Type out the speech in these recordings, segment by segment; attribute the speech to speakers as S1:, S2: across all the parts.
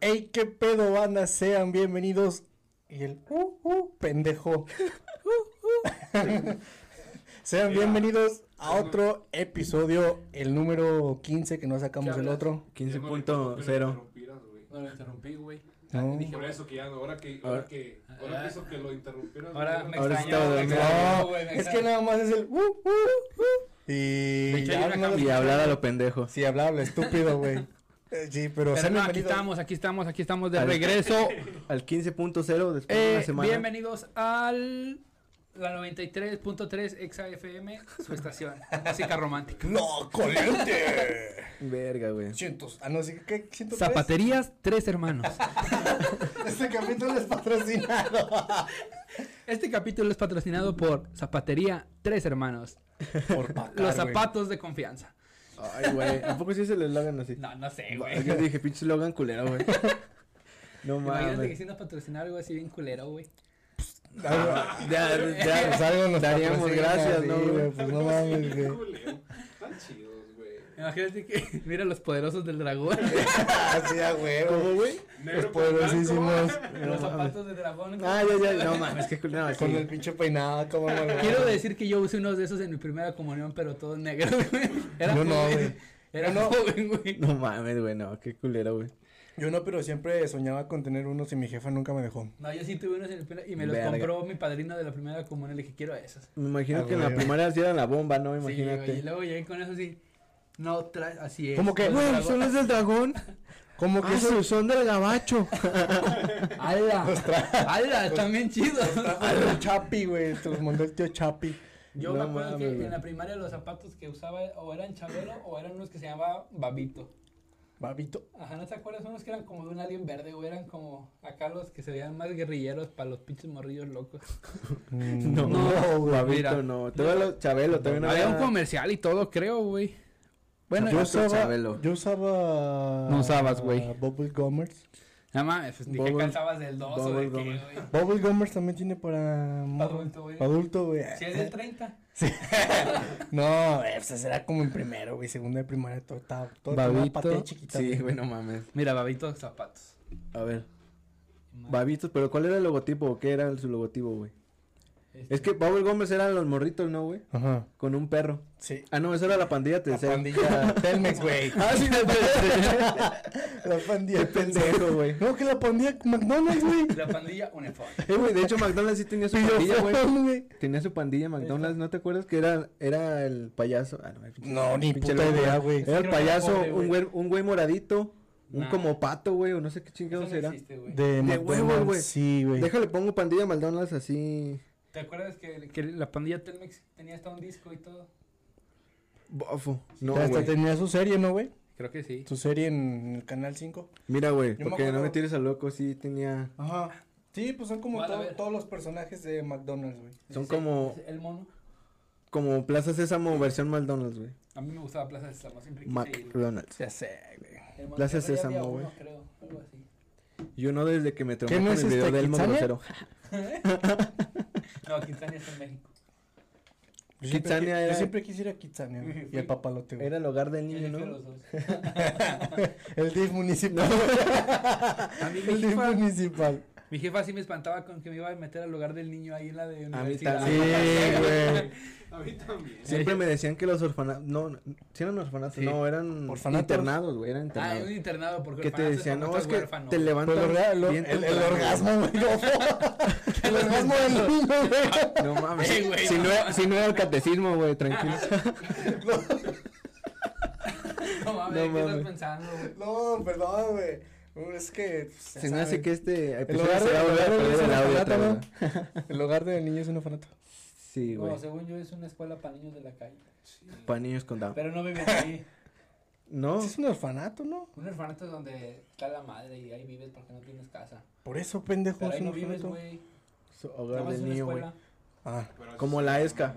S1: Hey, qué pedo, banda, sean bienvenidos. Y el uh, uh, pendejo. sean bienvenidos a otro episodio, el número 15 que no sacamos el
S2: hablas?
S1: otro.
S2: Ya no le interrumpí, no le
S3: 15.0
S2: interrumpieras, güey.
S4: No lo interrumpí, güey.
S1: No.
S4: Dije,
S2: Por
S4: bueno,
S2: eso que ya, no, ahora que, ahora
S3: Ahora-
S2: que, ahora que eso que lo interrumpieras.
S4: ahora
S2: güey,
S4: me
S2: no-
S3: Ahora
S4: extrañó,
S3: estaba
S4: me
S3: dormido.
S4: extrañó,
S1: No,
S4: güey, me
S1: es que
S4: extrañó.
S1: nada más es el uh, uh, uh, Y
S4: De hecho, hay
S1: ya
S4: una
S1: no-
S3: Y hablar a lo pendejo.
S1: Sí, hablable, estúpido, güey. Eh, Sí, pero,
S4: Pero
S1: sean
S4: no, aquí
S1: bienvenidos.
S4: estamos, aquí estamos, aquí estamos de
S3: Al-
S4: regreso.
S3: Al 15.0 después de
S4: Eh,
S3: una semana.
S4: bienvenidos al la 93.3 Exa FM, su estación. música romántica.
S1: ¡No, caliente!
S3: Verga, güey.
S1: Cientos. Ah, no, sí, ¿qué? ¿Cientos tres?
S4: Zapaterías Tres Hermanos.
S1: Este capítulo es patrocinado.
S4: Este capítulo es patrocinado por Zapatería Tres Hermanos.
S1: Por
S4: Los zapatos de confianza.
S3: Ay, güey. ¿A poco sí se el eslogan así?
S4: No, no sé,
S3: Ay,
S4: güey.
S3: Yo dije, pinche eslogan culero, güey. No
S4: Imagínate que
S3: mames.
S4: quisieras patrocinar algo así bien culero, güey.
S1: Ya,
S3: Ah, Ya, ya,
S1: pues algo nos
S3: Daríamos
S1: patrocina,
S3: gracias,
S1: sí,
S3: ¿no, güey?
S1: güey, Pues no mames,
S2: Qué
S1: güey.
S2: culero. Están chidos, güey.
S4: Imagínate que mira los poderosos del dragón.
S3: Ah,
S1: Así a huevo.
S3: güey?
S1: Los
S2: Negro con
S1: poderosísimos.
S4: los zapatos de dragón.
S3: Ah, ya, ya. No mames, qué culero. No, sí.
S1: Con el pinche peinado, como
S4: Quiero decir que yo usé unos de esos en mi primera comunión, pero todos negros, güey. Era
S1: Yo no,
S4: joven.
S1: güey.
S4: Era
S1: Yo no.
S4: joven, güey.
S3: No mames, güey. No, qué culero, güey.
S1: Yo no, pero siempre soñaba con tener unos y mi jefa nunca me dejó.
S4: No, yo sí tuve unos en el pelo y me los
S3: Verga.
S4: compró mi padrino de la primera comunión. Le dije, quiero esos.
S3: Me imagino
S1: Ah,
S3: que en la
S1: güey.
S3: primaria sí era la bomba, ¿no?
S4: Sí, güey, y
S3: Imagínate.
S4: luego llegué con esos y no traes, así es.
S1: ¿Cómo que?
S4: los
S3: Güey,
S4: dragón-
S3: son los del dragón.
S1: Como que
S3: Ah,
S1: eso
S3: su- son del gabacho.
S4: ¡Ala! ¡Ala! Están bien chidos.
S1: el Chapi, güey, te los mandó el tío Chapi.
S4: Yo
S3: No
S4: me acuerdo
S3: mames,
S4: que
S3: güey.
S4: en la primaria los zapatos que usaba o eran chabelo o eran unos que se llamaba babito.
S1: Babito.
S4: Ajá, ¿no te acuerdas? Unos que eran como de un alien verde, o Eran como acá los que se veían más guerrilleros para los pinches morrillos locos.
S1: Mm,
S3: No,
S4: No,
S3: no,
S4: mira.
S3: Gabito, no. Te veo los Chabelo, también
S4: Había un
S3: había-
S4: comercial y todo, creo, güey. Bueno,
S1: yo
S3: Chapo
S1: usaba.
S3: Chabelo.
S1: Yo usaba.
S4: No usabas, güey.
S1: Bubble Gummers.
S4: nada más, pues, ni que
S3: Bubble-
S4: calzabas del 2 o de
S3: Bubble
S4: qué,
S3: Gum.
S4: güey.
S1: Bubble Gummers también tiene para.
S4: Pa' adulto, güey.
S1: Pa' adulto, güey.
S4: Si es del 30.
S1: No, eh, o sea, será como en primero, güey, segunda de primaria, todo estaba, todo tenía una
S4: Babito.
S1: patea chiquita.
S3: Sí, güey, no mames.
S4: Mira, babito, zapatos.
S3: A ver. Babitos, pero ¿cuál era el logotipo o qué era su logotipo, güey?
S4: Este,
S3: Es que Bubble Gómez eran los morritos, ¿no, güey?
S1: Ajá,
S3: Con un perro.
S1: sí.
S3: Ah, no, esa era la pandilla
S1: La
S3: tercera.
S1: pandilla Telmex, güey.
S3: ah, sí, la pandilla.
S1: La pandilla
S3: Qué pendejo, güey.
S1: No, que la pandilla McDonald's, güey.
S4: La pandilla uniforme.
S3: Eh, güey, de hecho McDonald's sí tenía su pandilla, güey.
S1: Pillofón, güey.
S3: Tenía su pandilla McDonald's, ¿no te acuerdas que era era el payaso? Ah, no, el pinche-
S1: No, ni
S3: pinche
S1: puta
S3: loco. Eh,
S1: idea, güey.
S3: Era
S4: Sí,
S3: el
S4: era
S3: payaso,
S4: pobre,
S3: un
S4: güey.
S3: güey, un güey moradito, un
S4: Nah.
S3: como pato, güey, o no sé qué chingados
S4: Eso no
S3: era.
S4: existe, güey.
S1: De
S3: huevos,
S1: McDonald's,
S3: güey.
S1: sí, güey.
S3: Déjale pongo pandilla McDonald's así.
S4: ¿Te acuerdas que, que la pandilla Telmex tenía hasta un disco y todo?
S3: Bofo. No,
S1: Hasta
S3: güey.
S1: tenía su serie, ¿no, güey?
S4: Creo que sí.
S1: Su serie en el Canal 5.
S3: Mira, güey,
S1: Yo me
S3: porque no
S1: acuerdo-
S3: me tires al loco, sí tenía
S1: Ajá. Sí, pues son como
S4: ¿Cuál? A
S1: todo-
S4: ver.
S1: todos los personajes de McDonald's, güey.
S3: Son
S4: Sí,
S3: como-
S4: El mono.
S3: como Plaza Sésamo versión McDonald's, güey.
S4: A mí me gustaba Plaza de Sésamo. Siempre quise ir.
S3: McDonald's.
S1: Ya sé, güey.
S4: En Monterrey
S3: Plaza
S4: había
S3: Sésamo,
S4: uno,
S3: güey.
S4: creo, algo así.
S3: Yo no desde que me
S1: ¿Qué
S3: traumé
S1: no
S3: con
S1: es
S3: el video
S1: este,
S3: del
S1: Kitsania?
S3: Mongrosero.
S4: No, Quintana está en México.
S1: Yo siempre
S3: Kitsania
S1: qui- Yo
S3: era-
S1: siempre quisiera Kitsania güey, y el papalote, güey.
S3: Era el hogar del
S4: Yo
S3: niño,
S4: sí fui a los
S3: ¿no?
S4: dos.
S1: El DIF municipal.
S4: A mí
S1: el
S4: mi
S1: DIF
S4: jefa,
S1: municipal.
S4: mi jefa sí me espantaba con que me iba a meter al lugar del niño ahí en la de
S3: mí
S4: universidad. Ah,
S3: también.
S1: Sí, güey.
S2: A mí también.
S3: Siempre me decían que los orfanatos, no, no, sí eran orfanatos,
S1: Sí.
S3: no, eran
S1: Orfanatos.
S3: internados, güey, eran
S4: Ah, en
S3: internados.
S4: un internado porque
S3: que te
S4: orfanatos
S3: decían,
S4: son
S3: no,
S4: otros
S3: es que
S4: huérfanos.
S3: te
S1: Pues, lo
S3: levantan
S1: real, lo-
S3: bien
S1: el, el
S3: temprano,
S1: orgasmo, güey. el orgasmo del niño, güey.
S3: güey. No mames,
S4: Eh, güey,
S3: si,
S4: no.
S3: no era, si no era el catecismo, güey, tranquilo.
S4: No mames,
S3: No
S4: ¿qué estás
S3: mames.
S4: pensando, güey?
S1: No, perdón, güey. Es que. pues, ya
S3: Se me hace
S1: saben.
S3: que este
S1: El
S3: episodio
S1: hogar,
S3: se
S1: de,
S3: va a
S1: el,
S3: volver a
S1: hogar del niño
S3: perder
S1: es
S3: el
S1: un
S3: audio otra
S1: orfanato,
S3: vez.
S1: ¿no? el hogar del niño es un orfanato.
S3: Sí, güey,
S4: No, según yo es una escuela para niños de la calle.
S3: para niños con Down.
S4: Pero no viven ahí.
S3: No,
S1: Sí Es un orfanato, ¿no?
S4: Un orfanato es donde está la madre y ahí vives porque no tienes casa.
S1: Por eso, pendejo.
S4: Pero
S1: es
S4: ahí
S1: un
S4: no vives,
S1: orfanato.
S4: güey.
S3: su
S4: Nada
S3: hogar
S4: más es
S3: del
S4: una
S3: niño, güey.
S4: escuela.
S1: Ah,
S2: Pero así
S3: Como
S2: se
S3: la
S2: llama,
S3: esca.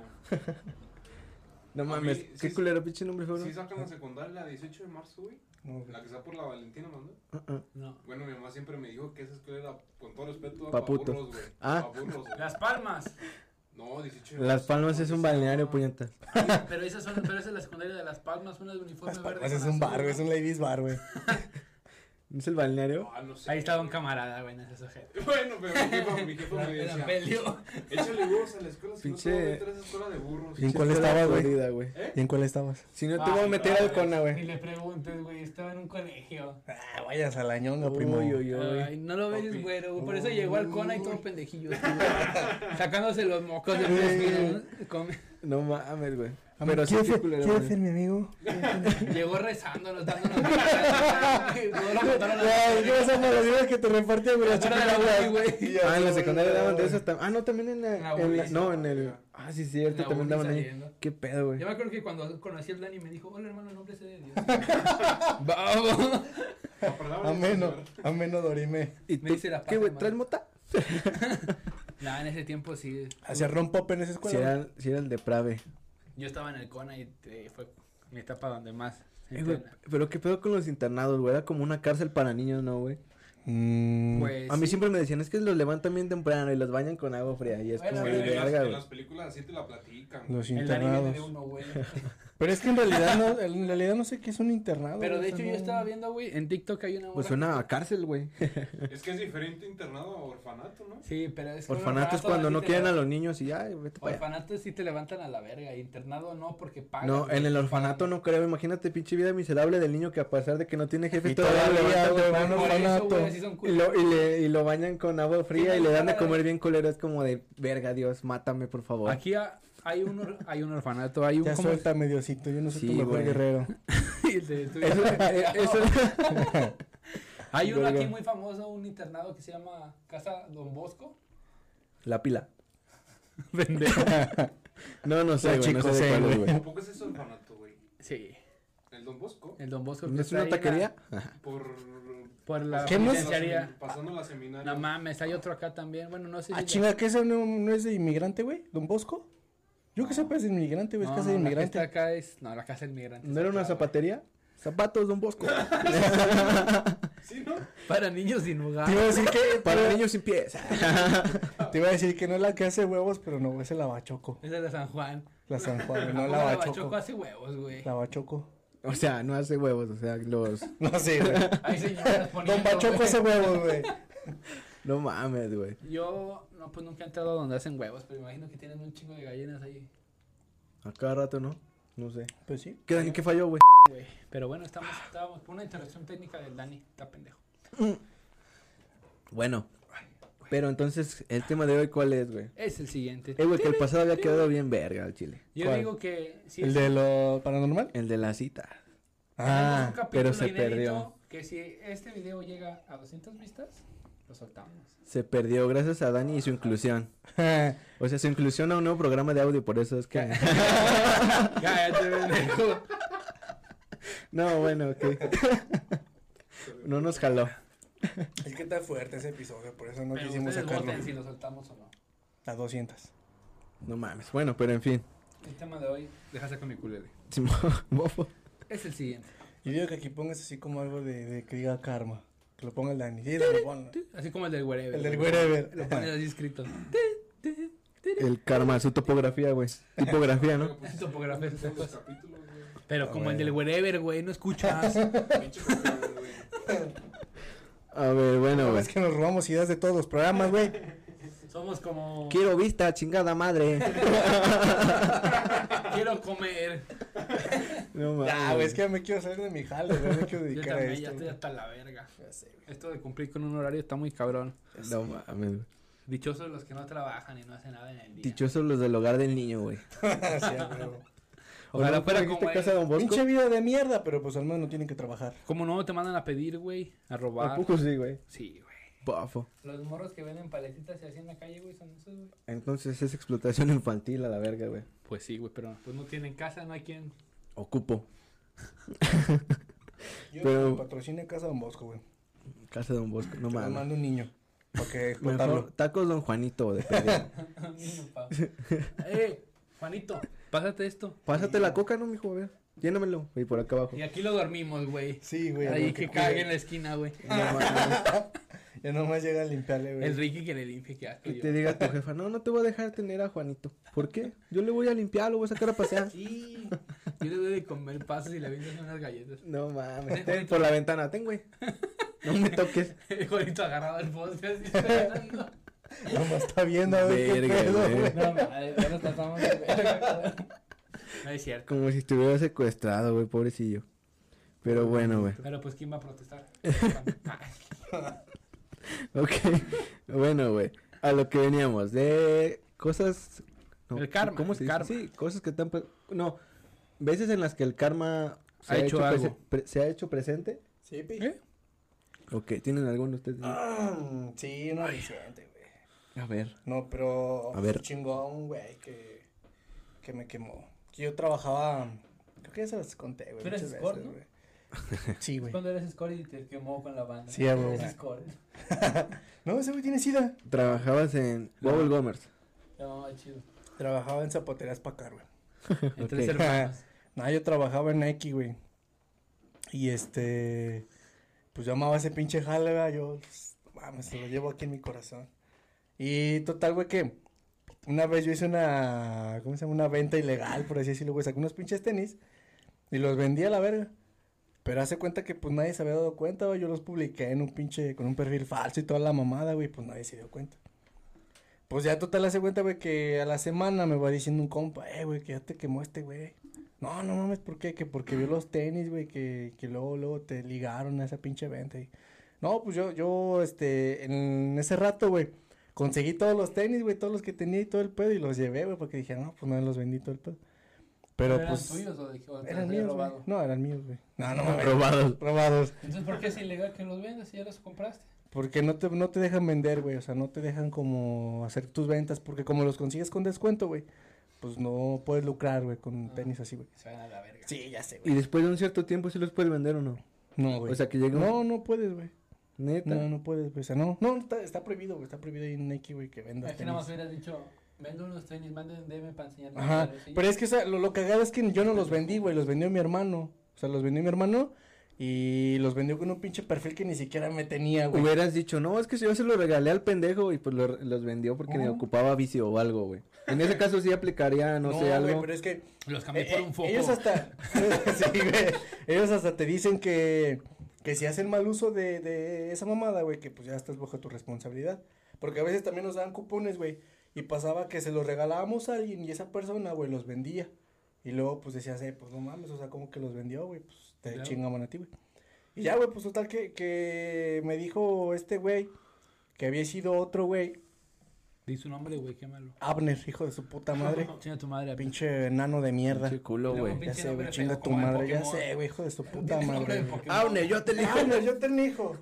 S3: No
S2: A
S3: mames,
S2: mí,
S3: qué
S2: sí,
S3: culero, pinche nombre feo.
S2: güey.
S3: ¿no?
S2: Sí, sacan la secundaria, la 18 de marzo, güey.
S1: no,
S2: La
S1: güey.
S2: que está por la Valentina, ¿no?
S3: Uh-uh.
S4: No.
S2: Bueno, mi mamá siempre me dijo que esa escuela era, con todo respeto,
S3: Pa'
S2: pa'
S3: puto.
S2: burros, güey.
S3: Ah.
S2: Pa' burros, güey.
S4: Las Palmas.
S2: No, 18 de
S3: Las
S2: marzo,
S3: Palmas es
S2: porque
S3: un
S2: se
S3: balneario,
S2: llama-
S3: puñetas.
S4: Pero esa, son, pero esa es la secundaria de Las Palmas, una de uniforme
S1: Las
S4: verde.
S1: Palmas Pues, es
S4: con
S1: un
S4: azul,
S1: bar, güey. Es
S4: ¿no?
S1: un ladies bar, güey.
S3: ¿Es el balneario?
S2: Ah, No, no sé.
S4: Ahí estaba un camarada, güey, en ese sujeto.
S2: Bueno, pero mi jefa, mi jefa me
S4: Era
S2: decía,
S4: pelio.
S2: échale huevos a la escuela, si
S3: Pinche-
S2: no te voy a meter a esa escuela de burros.
S1: ¿Y en
S3: Sí,
S1: cuál
S3: está
S1: estabas, güey?
S3: aburrida, güey?
S2: ¿Eh?
S1: ¿Y en cuál estabas?
S3: Si no te voy a meter
S2: no,
S3: al cona,
S4: Ni
S3: güey.
S4: le preguntes, güey, estaba en un colegio.
S1: Ah, vayas a la ñonga, primo.
S3: Uy, uy, uy.
S4: Ay, no lo ves,
S2: Papi.
S4: güero, güey. Por eso llegó al cona y todo pendejillo. este, güey. Sacándose los mocos de
S3: Sí.
S4: come.
S3: No mames, güey.
S1: A
S3: Pero
S1: ver,
S3: sí,
S1: ¿Quieres
S3: qué
S1: ser-
S3: culero,
S1: quieres
S3: güey.
S1: ser mi amigo?
S4: Llegó rezándonos, dándonos. No lo contaron a la-
S1: Ay, ¿qué son las ideas que te repartían, güey?
S4: Me
S1: Las chicas
S4: acuerdo de la
S1: güey.
S4: uni, güey.
S3: Ah, en la secundaria daban de esas tam- Ah, no, también en la.
S4: En la
S3: en la-
S4: uni,
S3: no,
S2: sí.
S3: en el. Ah, sí, cierto,
S4: La
S3: también
S4: uni
S3: daban ahí.
S4: saliendo.
S3: Qué pedo, güey.
S4: Yo me acuerdo que cuando conocí al Dani me dijo, hola hermano, el nombre sea de Dios. Vamos.
S3: Ah,
S1: Ameno, ameno dorime.
S3: ¿Y
S4: me
S3: tú-
S4: hice la paja,
S3: ¿Qué, güey?
S4: hermano.
S3: ¿Traes mota?
S4: Nah, en ese tiempo sí.
S1: Hacia rompop en esa
S3: Si
S1: escuela.
S3: era, si era el de Prave.
S4: Yo estaba en el Cona y eh, fue mi etapa donde más. este, se
S3: Eh, güey,
S4: interna.
S3: pero qué pedo con los internados, güey. Era como una cárcel para niños, ¿no, güey?
S1: Mm,
S4: Pues,
S3: A mí
S4: sí.
S3: siempre me decían, es que los levantan bien temprano y los bañan con agua fría. Y es
S4: Bueno,
S3: como
S4: güey,
S3: de
S2: en, las,
S3: verga,
S2: en
S3: güey.
S2: las películas así te la platican.
S1: los
S4: el Dani viene
S1: internados.
S4: de uno, güey.
S1: Pero es que en realidad no, en realidad no sé qué es un internado.
S4: Pero
S1: güey, o
S4: de hecho
S1: sea,
S4: yo
S1: no-
S4: estaba viendo, güey, en TikTok hay una
S3: Pues
S4: morra-
S3: suena a cárcel, güey.
S2: Es que es diferente internado a orfanato, ¿no?
S4: Sí, pero es que un
S3: Orfanato es cuando
S4: sí
S3: no
S4: te
S3: quieren a
S4: levan-
S3: los niños y ya, vete para allá.
S4: Orfanato sí te levantan a la verga, internado no porque pagan.
S3: No,
S4: güey,
S3: en el
S4: pagan.
S3: orfanato no creo. Imagínate, pinche vida miserable del niño que a pesar de que no tiene jefe,
S1: Y
S3: todavía,
S1: todavía,
S3: lo levantan
S1: güey,
S3: temprano.
S1: no-
S4: Por eso,
S1: orfanato.
S4: güey, así son
S3: Y
S4: culos.
S3: lo, y, le, y lo bañan con agua fría
S4: Sí,
S3: y le
S4: no,
S3: dan de
S4: no,
S3: comer
S4: no.
S3: bien colero. Es como de verga, Dios, mátame, por favor.
S4: Aquí ha- hay un or- hay un orfanato, hay un
S1: Ya
S4: como-
S1: suelta mediocito, yo no soy tu
S3: Sí,
S1: mejor
S3: güey.
S1: guerrero.
S4: el de- tú-
S3: Eso, eh, eso-
S4: hay uno
S3: Verga.
S4: aquí muy famoso, un internado que se llama Casa Don Bosco.
S3: La pila. No, no sé,
S1: La
S3: güey. No
S1: chico
S3: sé de
S1: C,
S3: cuál es,
S1: güey.
S3: güey.
S2: Tampoco es eso orfanato, güey.
S4: Sí,
S2: El Don Bosco.
S4: el Don Bosco.
S3: ¿No
S4: que
S3: es
S4: Pues está
S3: una
S4: ahí en la-
S3: taquería?
S2: Por.
S4: Por la
S1: ¿Qué no es?
S4: penitenciaría.
S2: Pasando la seminaria.
S4: No mames, hay otro acá también. Bueno, no sé
S1: Ah,
S4: si.
S1: chinga, ¿qué ese no, no es de inmigrante, güey? ¿Don Bosco? Yo que sepa es de inmigrante, güey, es casa de
S4: la que está
S1: inmigrante.
S4: acá es. No, la casa del migrante.
S3: ¿No era una zapatería? Zapatos de un bosco.
S2: Sí, ¿no?
S4: Para niños sin hogar.
S1: Te iba a decir que
S3: Para niños sin pies.
S1: Te iba a decir que no es la que hace huevos, pero no, es el lavachoco.
S4: Esa es la San Juan.
S1: La San Juan, güey, no
S4: ¿A poco la
S1: lavachoco.
S4: Bachoco hace huevos, güey.
S1: Lavachoco.
S3: O sea, no hace huevos. O sea, los.
S1: No sé, güey.
S4: Ahí se
S1: Don Bachoco hace huevos, güey.
S3: No mames, güey.
S4: Yo, no, pues nunca he entrado donde hacen huevos, pero imagino que tienen un chingo de gallinas ahí,
S3: A cada rato, ¿no? No sé.
S1: Pues sí.
S3: ¿Qué, Dani, qué falló, güey?
S4: güey. Pero bueno, estamos, estábamos por una interrupción técnica del Dani, está pendejo.
S3: Bueno. Pero entonces, el tema de hoy, ¿cuál es, güey?
S4: Es el siguiente.
S3: Eh, güey, que el pasado había quedado bien verga al chile.
S4: Yo
S1: ¿Cuál?
S4: digo que sí
S1: ¿El de lo paranormal?
S3: El de la cita.
S4: tenemos
S1: Ah,
S4: un capítulo
S3: pero se
S4: inédito
S3: perdió.
S4: Que si este video llega a 200 vistas, lo soltamos.
S3: Se perdió gracias a Dani y su inclusión. O sea, su inclusión a un nuevo programa de audio, por eso es que...
S4: Cállate, pendejo.
S3: No, bueno, ok. No nos jaló.
S1: es que está fuerte ese episodio, por eso no
S4: Pero
S1: quisimos
S4: ustedes
S1: sacarlo.
S4: voten si lo soltamos o no.
S1: A 200.
S3: No mames. Bueno, pero en fin.
S4: El tema de hoy, déjase con mi culere.
S3: Simón, bofo.
S4: Es el siguiente.
S1: Yo digo que aquí pongas así como algo de, de que diga karma. Que lo ponga el Dani. Sí, Dani, ponlo.
S4: Así como el del wherever.
S1: El del
S4: güey. Lo pones
S1: wherever.
S4: así escrito.
S3: El karma, su topografía, güey. Tipografía, ¿no?
S4: En pues, topografía, esas
S2: Son los
S4: cosas.
S2: capítulos, güey.
S4: Pero
S1: Ah,
S4: como el
S1: bueno.
S4: del wherever, güey, no escuchas.
S2: Pinche capítulo, güey.
S3: A ver, bueno, güey.
S1: Es que nos robamos ideas de todos los programas, güey.
S4: Somos como.
S3: Quiero vista, chingada madre.
S4: Quiero comer.
S3: No
S1: Ah, güey, es que ya me quiero salir de mi jale, güey. Me quiero
S4: Yo
S1: dedicar a
S4: también, ya
S1: esto.
S4: estoy
S1: güey.
S4: hasta la verga.
S1: Ya sé, güey.
S4: Esto de cumplir con un horario está muy cabrón.
S3: No mames, güey.
S4: Dichosos los que no trabajan y no hacen nada en el día.
S3: Dichosos los del hogar del niño, güey.
S1: Sí, a huevo.
S4: Ojalá
S3: ¿O
S4: fuera
S3: trajiste
S4: como él.
S3: casa de Don Bosco?
S1: Pinche vida de mierda, pero pues al menos no tienen que trabajar.
S4: Como no te mandan a pedir, güey, a
S3: ¿A
S4: robar.
S3: poco sí, güey?
S4: Sí, güey.
S3: Bofo.
S4: Los morros que venden paletitas y así en la calle, güey, son esos, güey.
S3: Entonces es explotación infantil a la verga, güey.
S4: Pues sí, güey, pero pues no tienen casa, no hay quien.
S3: Ocupo.
S1: Yo
S3: Pero-
S1: pero... patrocina Casa Don Bosco, güey.
S3: Casa de Don Bosco. No
S1: Te lo
S3: mames.
S1: mando un niño. Para que
S3: Mejor
S1: explotarlo.
S3: tacos Don Juanito de perdido.
S4: Niño, pa. ¡Eh! Juanito, pásate esto.
S3: Pásate la coca, ¿no, mijo? A ver. Llénamelo. Y por acá abajo.
S4: Y aquí lo dormimos, güey.
S1: Sí, güey. a
S4: Ahí
S1: lo
S4: que
S1: cuide.
S4: cague en la esquina, güey.
S3: No mames.
S1: Ya nomás llega a limpiarle, güey.
S4: El Ricky que le limpie que hace.
S3: Y te diga tu jefa, no, no te voy a dejar tener a Juanito. ¿Por qué? Yo le voy a limpiar, lo voy a sacar a pasear.
S4: Sí. Yo le doy de comer pasos y le avientas unas galletas.
S3: No mames. Ten por la ventana, ten, güey. No me toques.
S4: El Juanito agarraba el poste así esperando.
S5: Nomás está viendo a ver qué
S3: Verga,
S5: pedo,
S3: güey.
S5: güey.
S1: No, madre, ya nos pasamos de verga, güey.
S4: No es cierto.
S3: Como si estuviera secuestrado, güey, pobrecillo. Pero bueno, güey.
S4: Pero pues, ¿quién va a protestar?
S3: Ok. Bueno, güey. A lo que veníamos. De cosas. no,
S4: El karma,
S3: ¿Cómo se
S4: el
S3: dice?
S4: karma.
S3: Sí, cosas que están. No. Veces en las que el karma
S4: Ha hecho
S3: prese-
S4: algo.
S3: pre- se ha hecho presente.
S1: Sí, pi.
S4: ¿Eh?
S3: Ok, ¿tienen alguno ustedes?
S1: Ah, sí, no reciente, güey.
S3: A ver.
S1: No, pero
S3: A ver.
S1: fue chingón, güey, que, que me quemó. Que Yo trabajaba, creo que ya se los conté, güey.
S6: Tú eres
S1: muchas
S6: escort,
S1: veces,
S6: ¿no?
S1: güey. Sí, güey.
S6: Cuando eres score y te quemó con la banda.
S5: Sí, a huevo.
S6: Eres score.
S1: No, ese güey tiene sida.
S3: Trabajabas en Bubble Gomers.
S6: No, chido.
S1: Trabajaba en zapaterías para acá, güey.
S4: En tres
S3: Ok.
S4: hermanos.
S1: No, yo trabajaba en Nike, güey. Y este, pues yo amaba ese pinche jale, güey. Yo, pues, mames, se lo llevo aquí en mi corazón. Y total, güey, que una vez yo hice una, ¿cómo se llama? Una venta ilegal, por así decirlo, güey. Saqué unos pinches tenis y los vendí a la verga. Pero hace cuenta que, pues, nadie se había dado cuenta, güey. Yo los publiqué en un pinche, con un perfil falso y toda la mamada, güey. Pues nadie se dio cuenta. Pues ya total hace cuenta, güey, que a la semana me va diciendo un compa, eh, güey, que ya te quemó este, güey. No, no mames, ¿por qué? Que porque vio los tenis, güey, que, que luego, luego te ligaron a esa pinche venta. Y... No, pues yo, yo, este, en ese rato, güey, conseguí todos los tenis, güey, todos los que tenía y todo el pedo y los llevé, güey, porque dije, no, pues no los vendí todo el pedo. Pero,
S6: ¿Eran
S1: pues,
S6: tuyos o, de, o te
S1: eran
S6: los había
S1: míos, güey.
S6: robado?
S1: No, eran míos, güey. No, no mames,
S3: Robados.
S1: robados.
S6: Entonces, ¿por qué es ilegal que los vendas si ya los compraste?
S1: Porque no te, no te dejan vender, güey. O sea, no te dejan como hacer tus ventas. Porque como los consigues con descuento, güey. Pues no puedes lucrar, güey, con
S6: Ah.
S1: tenis así, güey.
S6: Se van a la verga.
S1: Sí, ya sé,
S3: Y
S1: güey.
S3: después de un cierto tiempo sí los puedes vender o no.
S1: No, güey.
S3: O sea, que llega un-
S1: No, no puedes, güey.
S3: Neta.
S1: No, no puedes, güey. O sea, no. No, está, está prohibido, güey. Está prohibido ahí en Nike, güey, que vendas
S6: Es que nada
S1: tenis.
S6: más hubieras dicho, vendo unos tenis, manden DM para enseñarme.
S1: Ajá. Pero es que, o sea, lo, lo cagado es que yo no los vendí, güey. Los vendió mi hermano. O sea, los vendió mi hermano. Y los vendió con un pinche perfil que ni siquiera me tenía, güey.
S3: Hubieras dicho, no, es que yo se lo regalé al pendejo y pues lo- los vendió porque me
S1: Ujú.
S3: ocupaba vicio o algo, güey. En ese caso sí aplicaría, no, sé,
S1: güey,
S3: algo.
S1: pero es que...
S4: Los cambié
S1: Eh,
S4: por
S1: eh,
S4: un foco.
S1: Ellos hasta, sí, güey, ellos hasta te dicen que, que si hacen mal uso de, de esa mamada, güey, que pues ya estás bajo tu responsabilidad. Porque a veces también nos dan cupones, güey. Y pasaba que se los regalábamos a alguien y esa persona, güey, los vendía. Y luego, pues decías, eh, pues no mames, o sea, como que los vendió, güey, pues te
S4: Claro.
S1: chingaban a ti, güey. Y ya, güey, pues total que, que me dijo este güey, que había sido otro güey,
S4: Di su nombre, güey, qué malo.
S1: Abner, hijo de su puta madre,
S4: Chinga tu madre.
S1: pinche enano de mierda.
S3: Pinche culo,
S6: Y luego
S1: Ya
S3: güey.
S6: Pinche
S1: sé, güey,
S6: nombre
S1: chinga
S6: feo,
S1: tu
S6: como el
S1: madre, ya
S6: Pokémon.
S1: sé, güey, hijo de su puta madre. güey.
S3: Aune, yo te
S1: Ah, no, yo te elijo.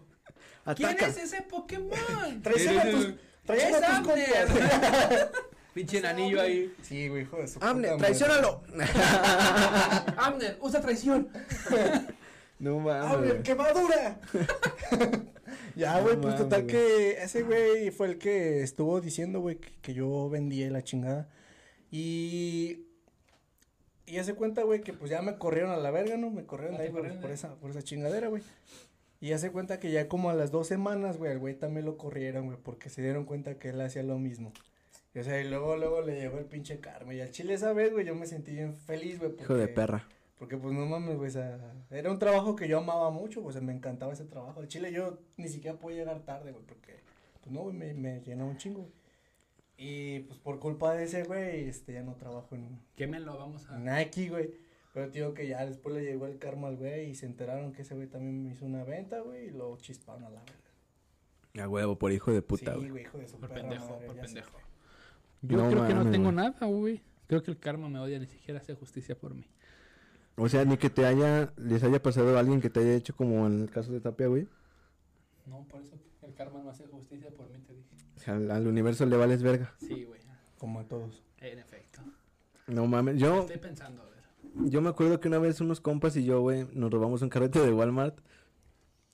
S3: Ataca.
S4: ese Pokémon?
S1: Traes a tus, traes
S4: Es
S1: a tus
S4: Abner.
S1: compas.
S4: Pinche enanillo ahí.
S1: Sí, güey, hijo de su puta
S3: Amne,
S1: madre.
S3: traicionalo.
S6: Amner, usa traición.
S3: no
S1: Abner,
S3: mames.
S1: quemadura. ya,
S3: No
S1: güey, pues
S3: mames,
S1: total
S3: güey.
S1: que ese güey fue el que estuvo diciendo, güey, que, que yo vendía y la chingada. Y. Y hace cuenta, güey, que pues ya me corrieron a la verga, ¿no? Me corrieron
S6: Ah,
S1: de ahí,
S6: te
S1: güey,
S6: corrieron
S1: por
S6: de-
S1: esa, por esa chingadera, güey. Y hace cuenta que ya como a las dos semanas, güey, al güey también lo corrieron, güey, porque se dieron cuenta que él hacía lo mismo. Y, o sea, y luego, luego le llegó el pinche karma. Y al chile esa vez, güey, yo me sentí bien feliz, güey.
S3: Hijo de
S1: porque-
S3: perra.
S1: porque pues no mames, güey, o sea, era un trabajo que yo amaba mucho, pues me encantaba ese trabajo. Al chile yo ni siquiera podía llegar tarde, güey, porque pues no, güey, me, me llenaba un chingo. güey. Y pues por culpa de ese, güey, este, ya no trabajo en
S4: Quémenlo, vamos a.
S1: Nike, güey. Pero tío que ya después le llegó el karma al güey y se enteraron que ese güey también me hizo una venta, güey, y lo chisparon a la verga.
S3: A huevo, por hijo de puta,
S1: sí,
S3: güey.
S1: hijo de su
S4: Por
S1: perra
S4: pendejo,
S1: madre,
S4: por
S1: ya sé,
S4: pendejo.
S1: güey.
S4: Yo
S3: No
S4: creo que no
S3: mames,
S4: tengo
S3: güey.
S4: nada, güey. Creo que el karma me odia, ni siquiera hace justicia por mí.
S3: O sea, ni que te haya, les haya pasado a alguien que te haya hecho como en el caso de Tapia, güey.
S6: No, por eso el karma no hace justicia por mí, te dije.
S3: O sea, Al, al universo le vales verga.
S4: Sí, güey.
S1: Como a todos.
S4: En efecto.
S3: No mames. Yo,
S4: Estoy pensando, a ver.
S3: yo me acuerdo que una vez unos compas y yo, güey, nos robamos un carrete de Walmart.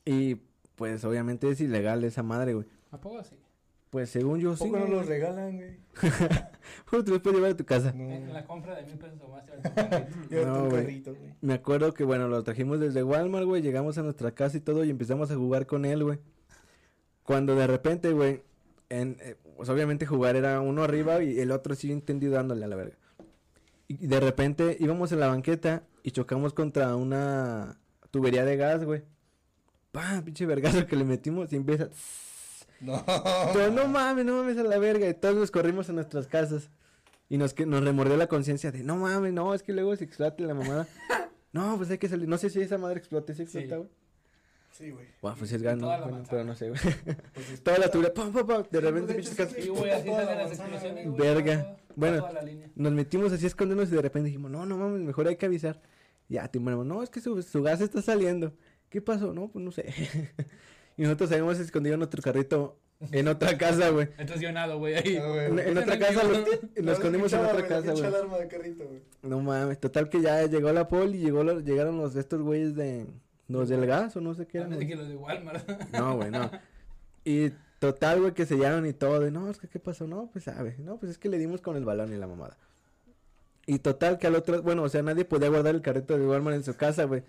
S3: Y pues obviamente es ilegal esa madre, güey.
S6: ¿A poco sí?
S3: Pues según yo
S1: ¿A
S3: sí.
S1: poco no
S3: güey.
S1: los regalan, güey?
S3: Pero te los puedes llevar a tu casa.
S1: No,
S6: En
S1: güey.
S6: la compra de mil pesos o más. te vas a comprar.
S1: Yo
S3: No,
S1: tengo
S3: güey.
S1: carrito, güey.
S3: Me acuerdo que, bueno, lo trajimos desde Walmart, güey. Llegamos a nuestra casa y todo y empezamos a jugar con él, güey. Cuando de repente, güey, en, eh, pues obviamente jugar era uno arriba y el otro así entendido dándole a la verga. Y y de repente íbamos en la banqueta y chocamos contra una tubería de gas, güey. ¡pam! Pinche vergazo que le metimos y empieza.
S1: No.
S3: Pero no mames, no mames a la verga. Y todos nos corrimos a nuestras casas. Y nos, que, nos remordió la conciencia de, no mames, no, es que luego se explota la mamada. no, pues hay que salir. No sé si esa madre explota, ¿sí explota, güey?
S1: Sí, güey.
S3: Buah, pues es gano,
S6: toda la
S3: bueno,
S6: manzana.
S3: pero no sé, güey. Toda la tubería, pam, pam, pam, de repente
S1: de
S3: pinches
S1: hecho,
S3: casas.
S1: sí,
S6: Sí, güey, así
S1: Toda la
S6: salen las
S1: manzana,
S6: explosiones, güey.
S3: Verga.
S6: toda- toda
S3: Bueno.
S6: la línea.
S3: Nos metimos así a escondernos y de repente dijimos, no, no mames, mejor hay que avisar. Ya, timbramos, no, es que su, su gas está saliendo. ¿Qué pasó? No, pues no sé. y nosotros habíamos escondido nuestro carrito en otra casa, güey.
S4: Entonces yo nado, güey, ahí.
S1: Ah,
S3: En,
S1: güey.
S3: en otra casa, lo, lo escondimos en
S1: Escuchaba,
S3: otra
S1: güey,
S3: casa,
S1: escuchaba
S3: güey.
S1: el arma de carrito, güey.
S3: No mames, total que ya llegó la poli, llegó los- llegaron los de estos güeyes de... Los del gas o no sé
S4: Ah,
S3: qué eran.
S6: Antes
S3: güey.
S6: de que los de Walmart.
S3: No, güey, no. Y total, güey, que sellaron y todo. Y no, es que qué pasó. No, pues sabe. No, pues es que le dimos con el balón y la mamada. Y total, que al otro. Bueno, o sea, nadie podía guardar el carrito de Walmart en su casa, güey.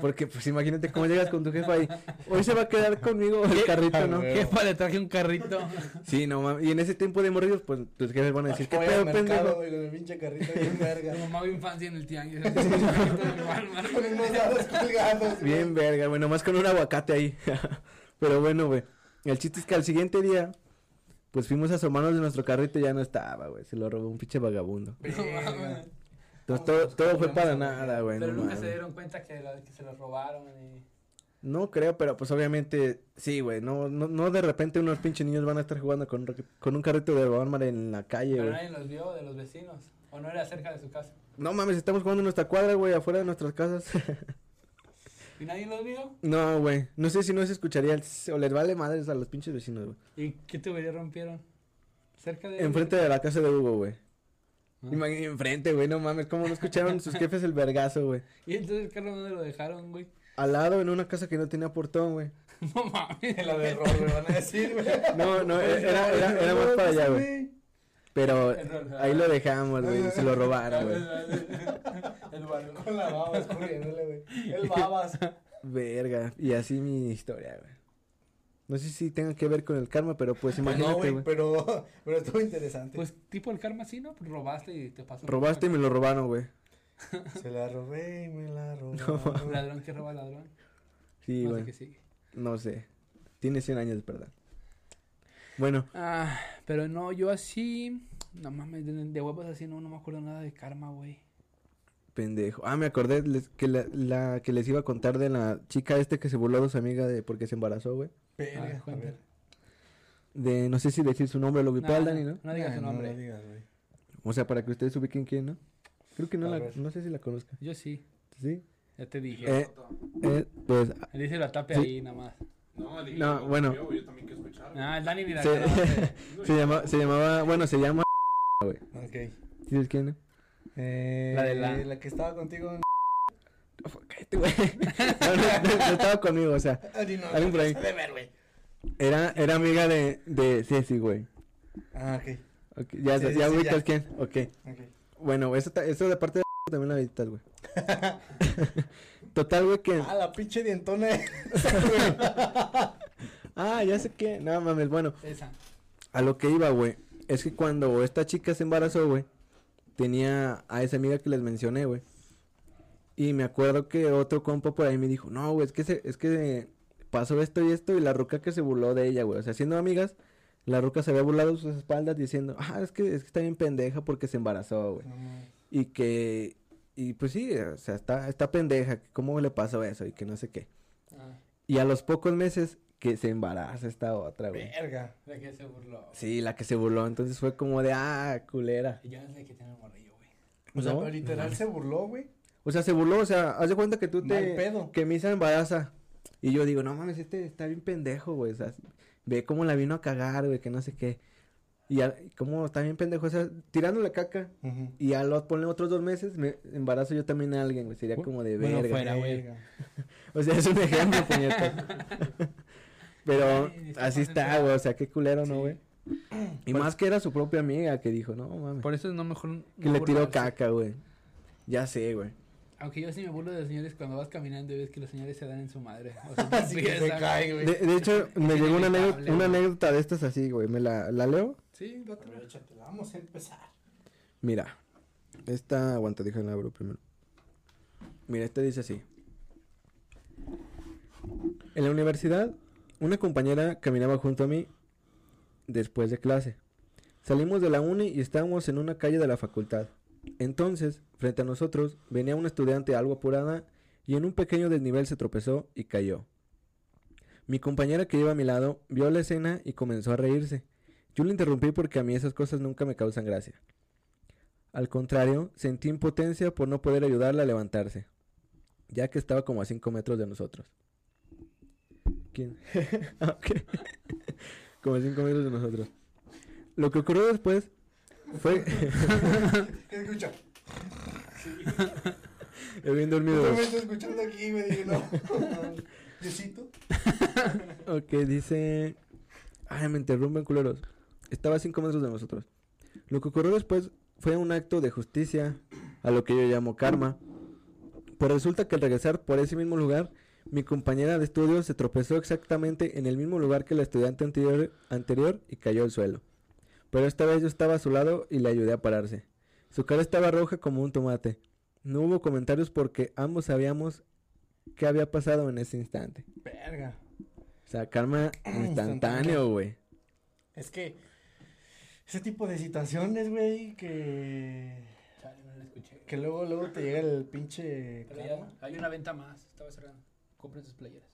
S3: Porque, pues imagínate cómo llegas con tu jefa ahí. Hoy se va a quedar conmigo el carrito, ¿no?
S1: güey.
S4: Jefa, le traje un carrito.
S3: Sí, no mames. Y en ese tiempo de morrillos, pues tus jefes van a decir, ¿qué
S1: Voy
S3: pedo,
S1: al mercado,
S3: pendejo?
S1: güey, con el pinche carrito bien verga.
S6: Mi mamá vio infancia en el tianguis. así, en el carrito de Walmart.
S1: Con unos dados colgados, güey.
S3: Bien, verga, güey. Nomás con un aguacate ahí. Pero bueno, güey. El chiste es que al siguiente día, pues fuimos a asomarnos de nuestro carrito y ya no estaba, güey. Se lo robó un pinche vagabundo.
S6: No mames.
S3: Entonces todo, todo fue para nada, güey.
S6: Pero
S3: no
S6: nunca se
S3: mames.
S6: dieron cuenta que, la- que se los robaron. Y...
S3: No creo, pero pues obviamente, sí, güey. No, no, no de repente unos pinches niños van a estar jugando con, un ra- con un carrito de Walmart en la calle,
S6: Pero
S3: güey.
S6: nadie los vio de los vecinos. O no era cerca de su casa.
S3: No mames, estamos jugando en nuestra cuadra, güey, afuera de nuestras casas.
S6: ¿Y nadie los vio?
S3: no, güey. No sé si no se escucharía el tss, o les vale madres a los pinches vecinos, güey.
S6: ¿Y qué tubería rompieron? Cerca de.
S3: Enfrente de la casa de Hugo, güey.
S1: Ah.
S3: Imagínate, enfrente, güey, no mames, cómo no escucharon sus jefes el vergazo, güey.
S6: ¿Y entonces el carro dónde lo dejaron, güey?
S3: Al lado, en una casa que no tenía portón, güey.
S6: No mames.
S1: La de error, güey, van a decir, güey. pues,
S3: No, no, eh, era, era, era más para allá, güey. Pero ahí lo dejamos, güey, se lo robaron, güey.
S6: El balón.
S1: Con la baba escurriéndole, güey. El babas.
S3: Verga, y así mi historia, güey. No sé si tenga que ver con el karma, pero pues
S1: no,
S3: imagínate,
S1: güey,
S3: güey.
S1: pero, pero estuvo interesante.
S6: Pues tipo el karma sí, ¿no? Pues robaste y te pasó.
S3: Robaste y me lo robaron, güey.
S1: Se la robé y me la robé.
S6: Un ladrón que roba ladrón.
S3: Sí,
S6: Así
S3: güey.
S6: que sigue.
S3: No sé. Tiene 100 años, de verdad. Bueno,
S6: Ah, pero no, yo así. No mames, de, de huevos así no, no me acuerdo nada de karma, güey.
S3: pendejo. Ah, me acordé les- que la, la que les iba a contar de la chica este que se burló de su amiga de porque se embarazó, güey.
S6: Ah,
S1: Verga, a
S6: cuenta.
S1: ver.
S3: De no sé si decir su nombre, lo
S6: Nah,
S3: bipal, Dani, ¿no?
S6: No digas
S1: Nah,
S6: su nombre.
S1: No lo digas, güey.
S3: O sea, para que ustedes ubiquen quién, ¿no? Creo que no
S1: A
S3: la,
S1: ver.
S3: no sé si la conozcan.
S6: Yo sí,
S3: ¿Sí?
S6: ya te dije.
S3: Eh, eh, pues
S6: Él dice la tape
S3: sí.
S6: ahí nada más.
S2: No, dile,
S3: No, bueno.
S2: Yo, yo también quiero escuchar.
S6: Ah, el Dani mira.
S3: se,
S6: cara,
S3: se llama, se llamaba, bueno, se llama, güey.
S1: Ok.
S3: ¿Sabes quién, no?
S1: Eh,
S6: La de la-
S1: que estaba contigo. en-
S3: Cállate, güey. No, no, no, no estaba conmigo, o sea,
S1: Ah, di no,
S3: alguien por ahí.
S1: se debe ver, güey.
S3: Era, era amiga de, de Ceci, güey.
S1: Ah, ok.
S3: Ok, ya,
S1: Sí, sí,
S3: ya
S1: sí,
S3: ubicas
S1: ya.
S3: quién. Ok.
S1: okay.
S3: Bueno, eso, ta- eso de parte de también la editas, güey. Total, güey, que.
S1: Ah, la pinche dientona.
S3: Ah, ya sé qué. No mames, bueno.
S6: Esa.
S3: A lo que iba, güey. Es que cuando esta chica se embarazó, güey, tenía a esa amiga que les mencioné, güey. Y me acuerdo que otro compa por ahí me dijo, no, güey, es que, se, es que pasó esto y esto y la ruca que se burló de ella, güey. O sea, siendo amigas, la ruca se había burlado de sus espaldas diciendo, ah, es que, es que está bien pendeja porque se embarazó, güey. Y que, y pues sí, o sea, está, está pendeja, que ¿cómo le pasó eso? Y que no sé qué.
S6: Ah,
S3: Y a los pocos meses que se embaraza esta otra, güey.
S1: Verga.
S6: la que se burló.
S3: Sí, la que se burló, entonces fue como de, ah, culera.
S6: Y ya es de que tiene el morrillo, güey.
S1: O sea,
S3: ¿No?
S1: pero literal se burló, güey.
S3: O sea, se burló, o sea, haz de cuenta que tú te...
S1: Mal pedo.
S3: Que Misa embaraza. Y yo digo, no mames, este está bien pendejo, güey. O sea, ve cómo la vino a cagar, güey, que no sé qué. Y a- cómo está bien pendejo, o sea, tirándole caca.
S1: Ujú.
S3: Y a los, ponle otros dos meses, me embarazo yo también a alguien, güey. Sería como de
S4: bueno,
S3: verga.
S4: fuera, güey.
S1: Verga.
S3: O sea, es un ejemplo, puñetas. Pero
S6: Ay, está
S3: así
S6: pasando.
S3: está, güey. O sea, qué culero, ¿no,
S6: Sí.
S3: güey? Y más que era su propia amiga que dijo, no mames.
S4: Por eso es no mejor. no
S3: Que le tiró
S4: burlarse.
S3: caca, güey. Ya sé, güey.
S6: Aunque yo sí me burlo de los señores cuando vas caminando y ves que los señores se dan en su madre. O sea,
S1: Así que se
S6: empiezan.
S1: cae,
S3: De,
S1: güey.
S3: de hecho, me llegó una anécdota,
S6: inevitable,
S3: una
S6: güey.
S3: anécdota de estas así, güey. ¿Me la, la leo?
S6: Sí,
S1: A
S6: date.
S1: ver, échatela, Vamos a empezar.
S3: Mira. Esta, aguanta, déjala abro primero. Mira, esta dice así. En la universidad, una compañera caminaba junto a mí después de clase. Salimos de la uni y estábamos en una calle de la facultad. Entonces, frente a nosotros, venía una estudiante algo apurada y en un pequeño desnivel se tropezó y cayó. Mi compañera que iba a mi lado vio la escena y comenzó a reírse. Yo le interrumpí porque a mí esas cosas nunca me causan gracia. Al contrario, sentí impotencia por no poder ayudarla a levantarse, ya que estaba como a 5 metros de nosotros. ¿Quién? Ah, ok. como a 5 metros de nosotros. Lo que ocurrió después fue...
S2: ¿Qué escucha?
S3: He bien dormido.
S2: Yo me estoy escuchando aquí y me dije, no. Diosito.
S3: Ok, dice. Ay, me interrumpen, culeros. Estaba a cinco metros de nosotros. Lo que ocurrió después fue un acto de justicia, a lo que yo llamo karma. Pues resulta que al regresar por ese mismo lugar, mi compañera de estudio se tropezó exactamente en el mismo lugar que la estudiante anterior, anterior y cayó al suelo. Pero esta vez yo estaba a su lado y le ayudé a pararse. Su cara estaba roja como un tomate. No hubo comentarios porque ambos sabíamos qué había pasado en ese instante.
S1: Verga.
S3: O sea, karma Ah, instantáneo, güey.
S1: Es que ese tipo de situaciones, güey, que
S4: Chale, no la escuché.
S1: que luego luego te llega el pinche
S4: Pero ya, hay una venta más. Estaba cerrando. Compren sus playeras.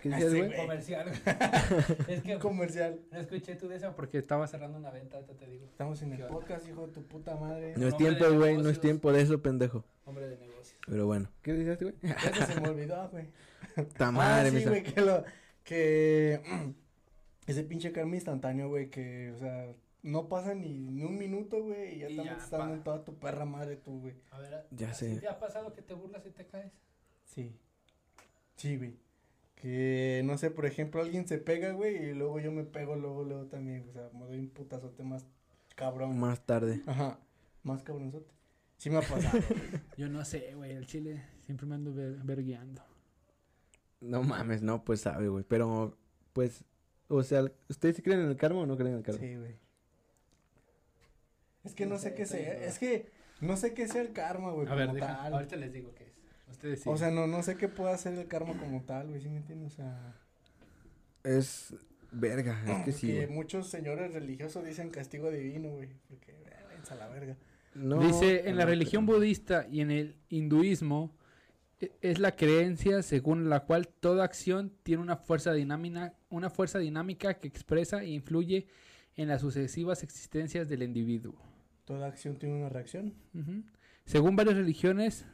S3: ¿Qué
S1: Ah,
S3: decías,
S1: sí,
S3: güey?
S1: güey.
S4: Comercial. es que
S1: comercial.
S4: no escuché tú de esa porque estaba cerrando una venta, ahorita te digo.
S1: Estamos en
S4: Qué
S1: el
S4: onda.
S1: podcast, hijo de tu puta madre.
S3: No es
S4: Nombre de
S3: tiempo, güey, no es
S4: negocios.
S3: tiempo de eso, pendejo.
S4: Hombre de negocios.
S3: Pero bueno. ¿Qué decías, güey?
S1: Ya se me olvidó, güey.
S3: Ta madre,
S1: ah, sí,
S3: misa.
S1: güey, que lo que ese pinche karma instantáneo, güey, que o sea, no pasa ni, ni un minuto, güey, y ya
S4: Y
S1: estamos
S4: ya,
S1: estando
S4: pa.
S1: en toda tu perra madre tú, güey.
S4: A ver,
S3: Ya
S4: ¿así
S3: sé.
S4: ¿Te ha pasado que te burlas y te caes?
S1: Sí. Sí, güey. Que no sé, por ejemplo, alguien se pega, güey, y luego yo me pego luego luego también, o sea, me doy un putazote más cabrón.
S3: Más tarde.
S1: Ajá. Más cabronzote. Sí me ha pasado.
S4: Yo no sé, güey. El chile siempre me ando ver- vergueando.
S3: No mames, no, pues sabe, güey. Pero, pues, o sea, ¿ustedes sí creen en el karma o no creen en el karma?
S1: Sí, güey. Es que no,
S4: No
S1: sé
S4: sé,
S1: qué
S4: estoy
S1: sea,
S4: en duda.
S1: es que no sé qué sea el karma, güey,
S4: A ver,
S1: como
S4: deja-
S1: tal.
S4: ahorita les digo qué es. Ustedes sí.
S1: O sea, no, no sé qué pueda hacer el karma como tal, güey, ¿sí me entiendes? O sea,
S3: Es verga, es que sí,
S1: porque
S3: güey.
S1: muchos señores religiosos dicen castigo divino, güey, porque, eh, váyanse a la verga.
S3: No,
S4: Dice, en la
S3: no,
S4: religión
S3: pero-
S4: budista y en el hinduismo e- es la creencia según la cual toda acción tiene una fuerza dinámica, una fuerza dinámica que expresa e influye en las sucesivas existencias del individuo.
S1: Toda acción tiene una reacción.
S4: Ujú. Según varias religiones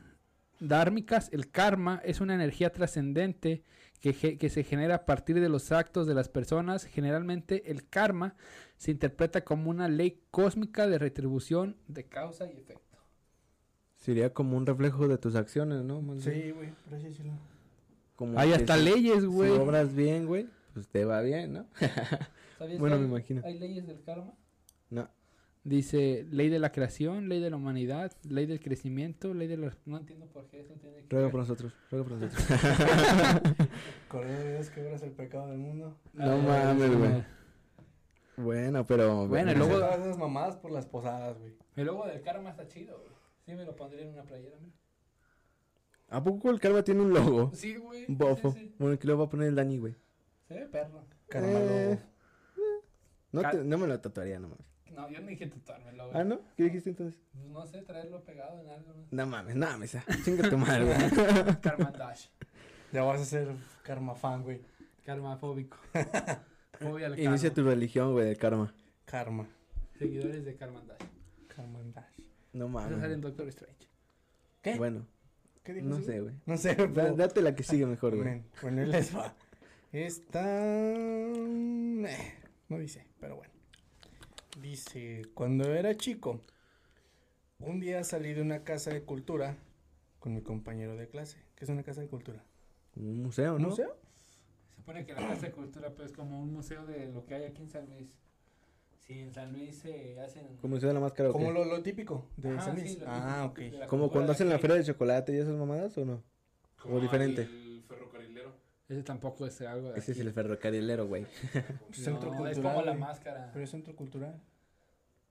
S4: dármicas, el karma es una energía trascendente que, ge- que se genera a partir de los actos de las personas. Generalmente el karma se interpreta como una ley cósmica de retribución de causa y efecto.
S3: Sería como un reflejo de tus acciones, ¿no? Más bien.
S1: Sí, güey, por así decirlo.
S3: Como
S4: Hay
S3: que
S4: hasta
S3: si-
S4: leyes,
S3: Si
S4: güey.
S3: obras bien, güey, pues te va bien, ¿no?
S4: ¿Sabías
S3: Bueno,
S4: que
S3: me
S4: hay-
S3: imagino.
S4: Hay leyes del karma.
S3: No.
S4: Dice ley de la creación, ley de la humanidad, ley del crecimiento, ley de los... No entiendo por qué eso tiene que
S3: Ruega
S4: ver.
S3: por nosotros, ruega por nosotros.
S1: Cordero de Dios, quebras el pecado del mundo.
S3: no
S4: Ah,
S3: mames, güey. Bueno, pero...
S4: Bueno, y
S1: Hacen
S4: luego-
S1: todas esas mamadas por las posadas, güey.
S4: El logo del karma está chido, güey. Sí me lo pondría en una playera, mira.
S3: ¿A poco el karma tiene un logo?
S4: Sí, güey. sí,
S3: Bofo.
S4: sí, sí.
S3: Bueno, aquí lo va a poner el Dani, güey.
S4: Se ve perro.
S1: Karma
S3: Eh.
S1: lobo.
S3: No,
S4: Ca-
S3: te- no me lo tatuaría nomás.
S4: No, yo no dije tatuármelo, güey.
S3: Ah, ¿no? ¿Qué dijiste entonces?
S4: Pues No sé, traerlo pegado en algo, ¿no?
S3: No mames, nada, mesa. Chinga tu madre, güey.
S4: Karma Dash.
S1: Ya vas a ser karma fan, güey.
S4: Karmafóbico. Fobia al karma.
S3: Inicia tu religión, güey, del karma.
S1: Karma.
S4: Seguidores de Karma Dash.
S1: Karma and Dash.
S3: Ah, No
S4: Eso sale en
S3: mames.
S4: Doctor Strange.
S1: ¿Qué?
S3: Bueno,
S1: ¿Qué dijo
S3: no
S1: ese
S3: sé,
S1: güey?
S3: güey.
S1: No sé,
S3: Da-
S1: pero-
S3: date la que sigue mejor, güey.
S1: Men, Bueno, él les va. Esta. eh, no dice, pero bueno. Dice: Cuando era chico, un día salí de una casa de cultura con mi compañero de clase. ¿Qué es una casa de cultura?
S3: Un museo, ¿no?
S1: ¿Museo?
S4: Se supone que la Casa de Cultura pues, es como un museo de lo que hay aquí en San Luis. Si en San Luis se hacen...
S3: Como museo de la máscara, ¿o qué?
S1: Como lo, lo típico de
S4: Ajá,
S1: San
S4: sí,
S1: Luis.
S4: lo
S1: ah, ok.
S4: típico de la
S3: Como
S4: cultura
S3: cuando
S4: de
S3: hacen la
S4: aquí.
S3: feria de chocolate y esas mamadas, ¿o no?
S2: Como
S3: diferente.
S2: El ferrocarrilero.
S4: Ese tampoco es algo de
S3: Ese es
S4: aquí.
S3: el ferrocarrilero, güey.
S1: Pues centro
S4: No,
S1: cultural.
S4: es como la
S1: güey.
S4: máscara.
S1: Pero es centro cultural.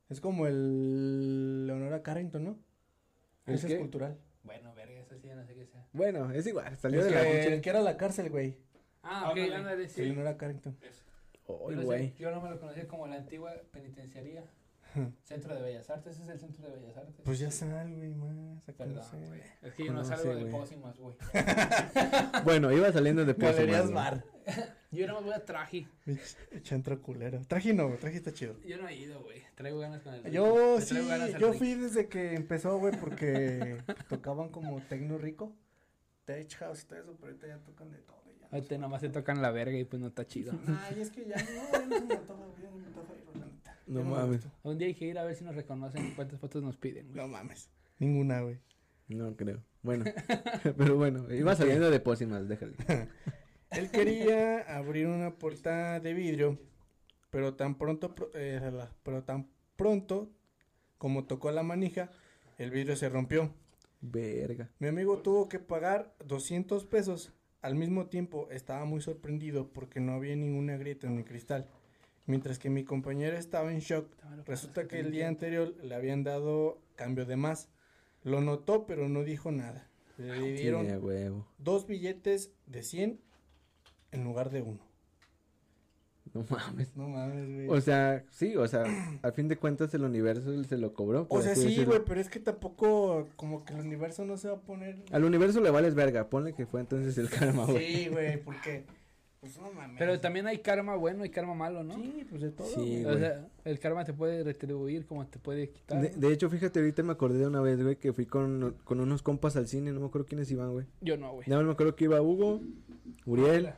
S1: Es como el. Leonora Carrington, ¿no?
S3: ¿Es
S1: Ese
S3: qué?
S1: es cultural.
S4: Bueno, verga, eso sí
S6: sí, ya no sé qué sea.
S3: Bueno, es igual, salió
S1: El
S3: de la
S1: que,
S3: pinche.
S1: el que era la cárcel, güey.
S6: Ah, ok,
S4: Ándale.
S6: ándale,
S1: Sí.
S6: sí.
S1: no era Carrington.
S3: Ay,
S6: Yo no sé,
S3: güey.
S6: Yo no me lo conocía como la antigua penitenciaría. Centro de Bellas Artes, ese es el Centro de Bellas Artes.
S1: Pues ya sal, güey, más. a
S6: Perdón,
S1: conocer.
S6: güey. Es que yo no
S3: No
S6: salgo
S3: sé,
S6: de
S3: güey.
S6: pócimas, güey.
S3: Bueno, iba saliendo de Pozo,
S1: Galerías
S3: güey.
S1: Bar.
S6: Yo no me voy a traje.
S1: Pinche Chantra culera. Traje no, güey, traje está chido.
S6: Yo no he ido, güey. Traigo ganas con el ritmo.
S1: Yo
S6: Le
S1: sí,
S6: traigo ganas al
S1: yo
S6: ritmo.
S1: fui desde que empezó, güey, porque tocaban como tecno rico. Tech house y todo eso, pero ahorita ya tocan de todo. Ya.
S4: Ahorita nomás se tocan la verga y pues no está chido.
S1: Ay, es que ya no, ya no se me antoja, güey, ya no me antoja ir, la neta.
S3: No
S1: Ya me
S3: mames.
S1: gustó.
S4: Un día hay que ir a ver si nos reconocen cuántas fotos nos piden, güey.
S1: No mames. Ninguna, güey.
S3: No creo. Bueno, pero bueno, iba saliendo de pócimas, déjale.
S1: Él quería abrir una puerta de vidrio, pero tan pronto, pro- eh, la- pero tan pronto como tocó la manija, el vidrio se rompió.
S3: Verga.
S1: Mi amigo tuvo que pagar 200 pesos. Al mismo tiempo estaba muy sorprendido porque no había ninguna grieta en el cristal. Mientras que mi compañero estaba en shock, resulta que el día anterior le habían dado cambio de más. Lo notó pero no dijo nada. Le dieron
S3: Sí, a huevo.
S1: dos billetes de 100 en lugar de uno.
S3: No mames.
S1: No mames, güey.
S3: O sea, sí, o sea, al fin de cuentas el universo se lo cobró. por
S1: O sea,
S3: así
S1: sí,
S3: decirlo.
S1: güey, pero es que tampoco como que el universo no se va a poner...
S3: Al universo le vales verga, ponle que fue entonces el karma, güey.
S1: Sí, güey, porque... Pues no mames.
S4: Pero también hay karma bueno y karma malo, ¿no?
S1: Sí, pues de todo.
S3: Sí,
S1: güey.
S4: O
S3: güey.
S4: sea, el karma te puede retribuir como te puede quitar.
S3: De, de hecho, fíjate, ahorita me acordé de una vez, güey, que fui con, con unos compas al cine, no me acuerdo quiénes iban, güey.
S4: Yo no, güey.
S3: Ya me acuerdo que iba Hugo, Uriel,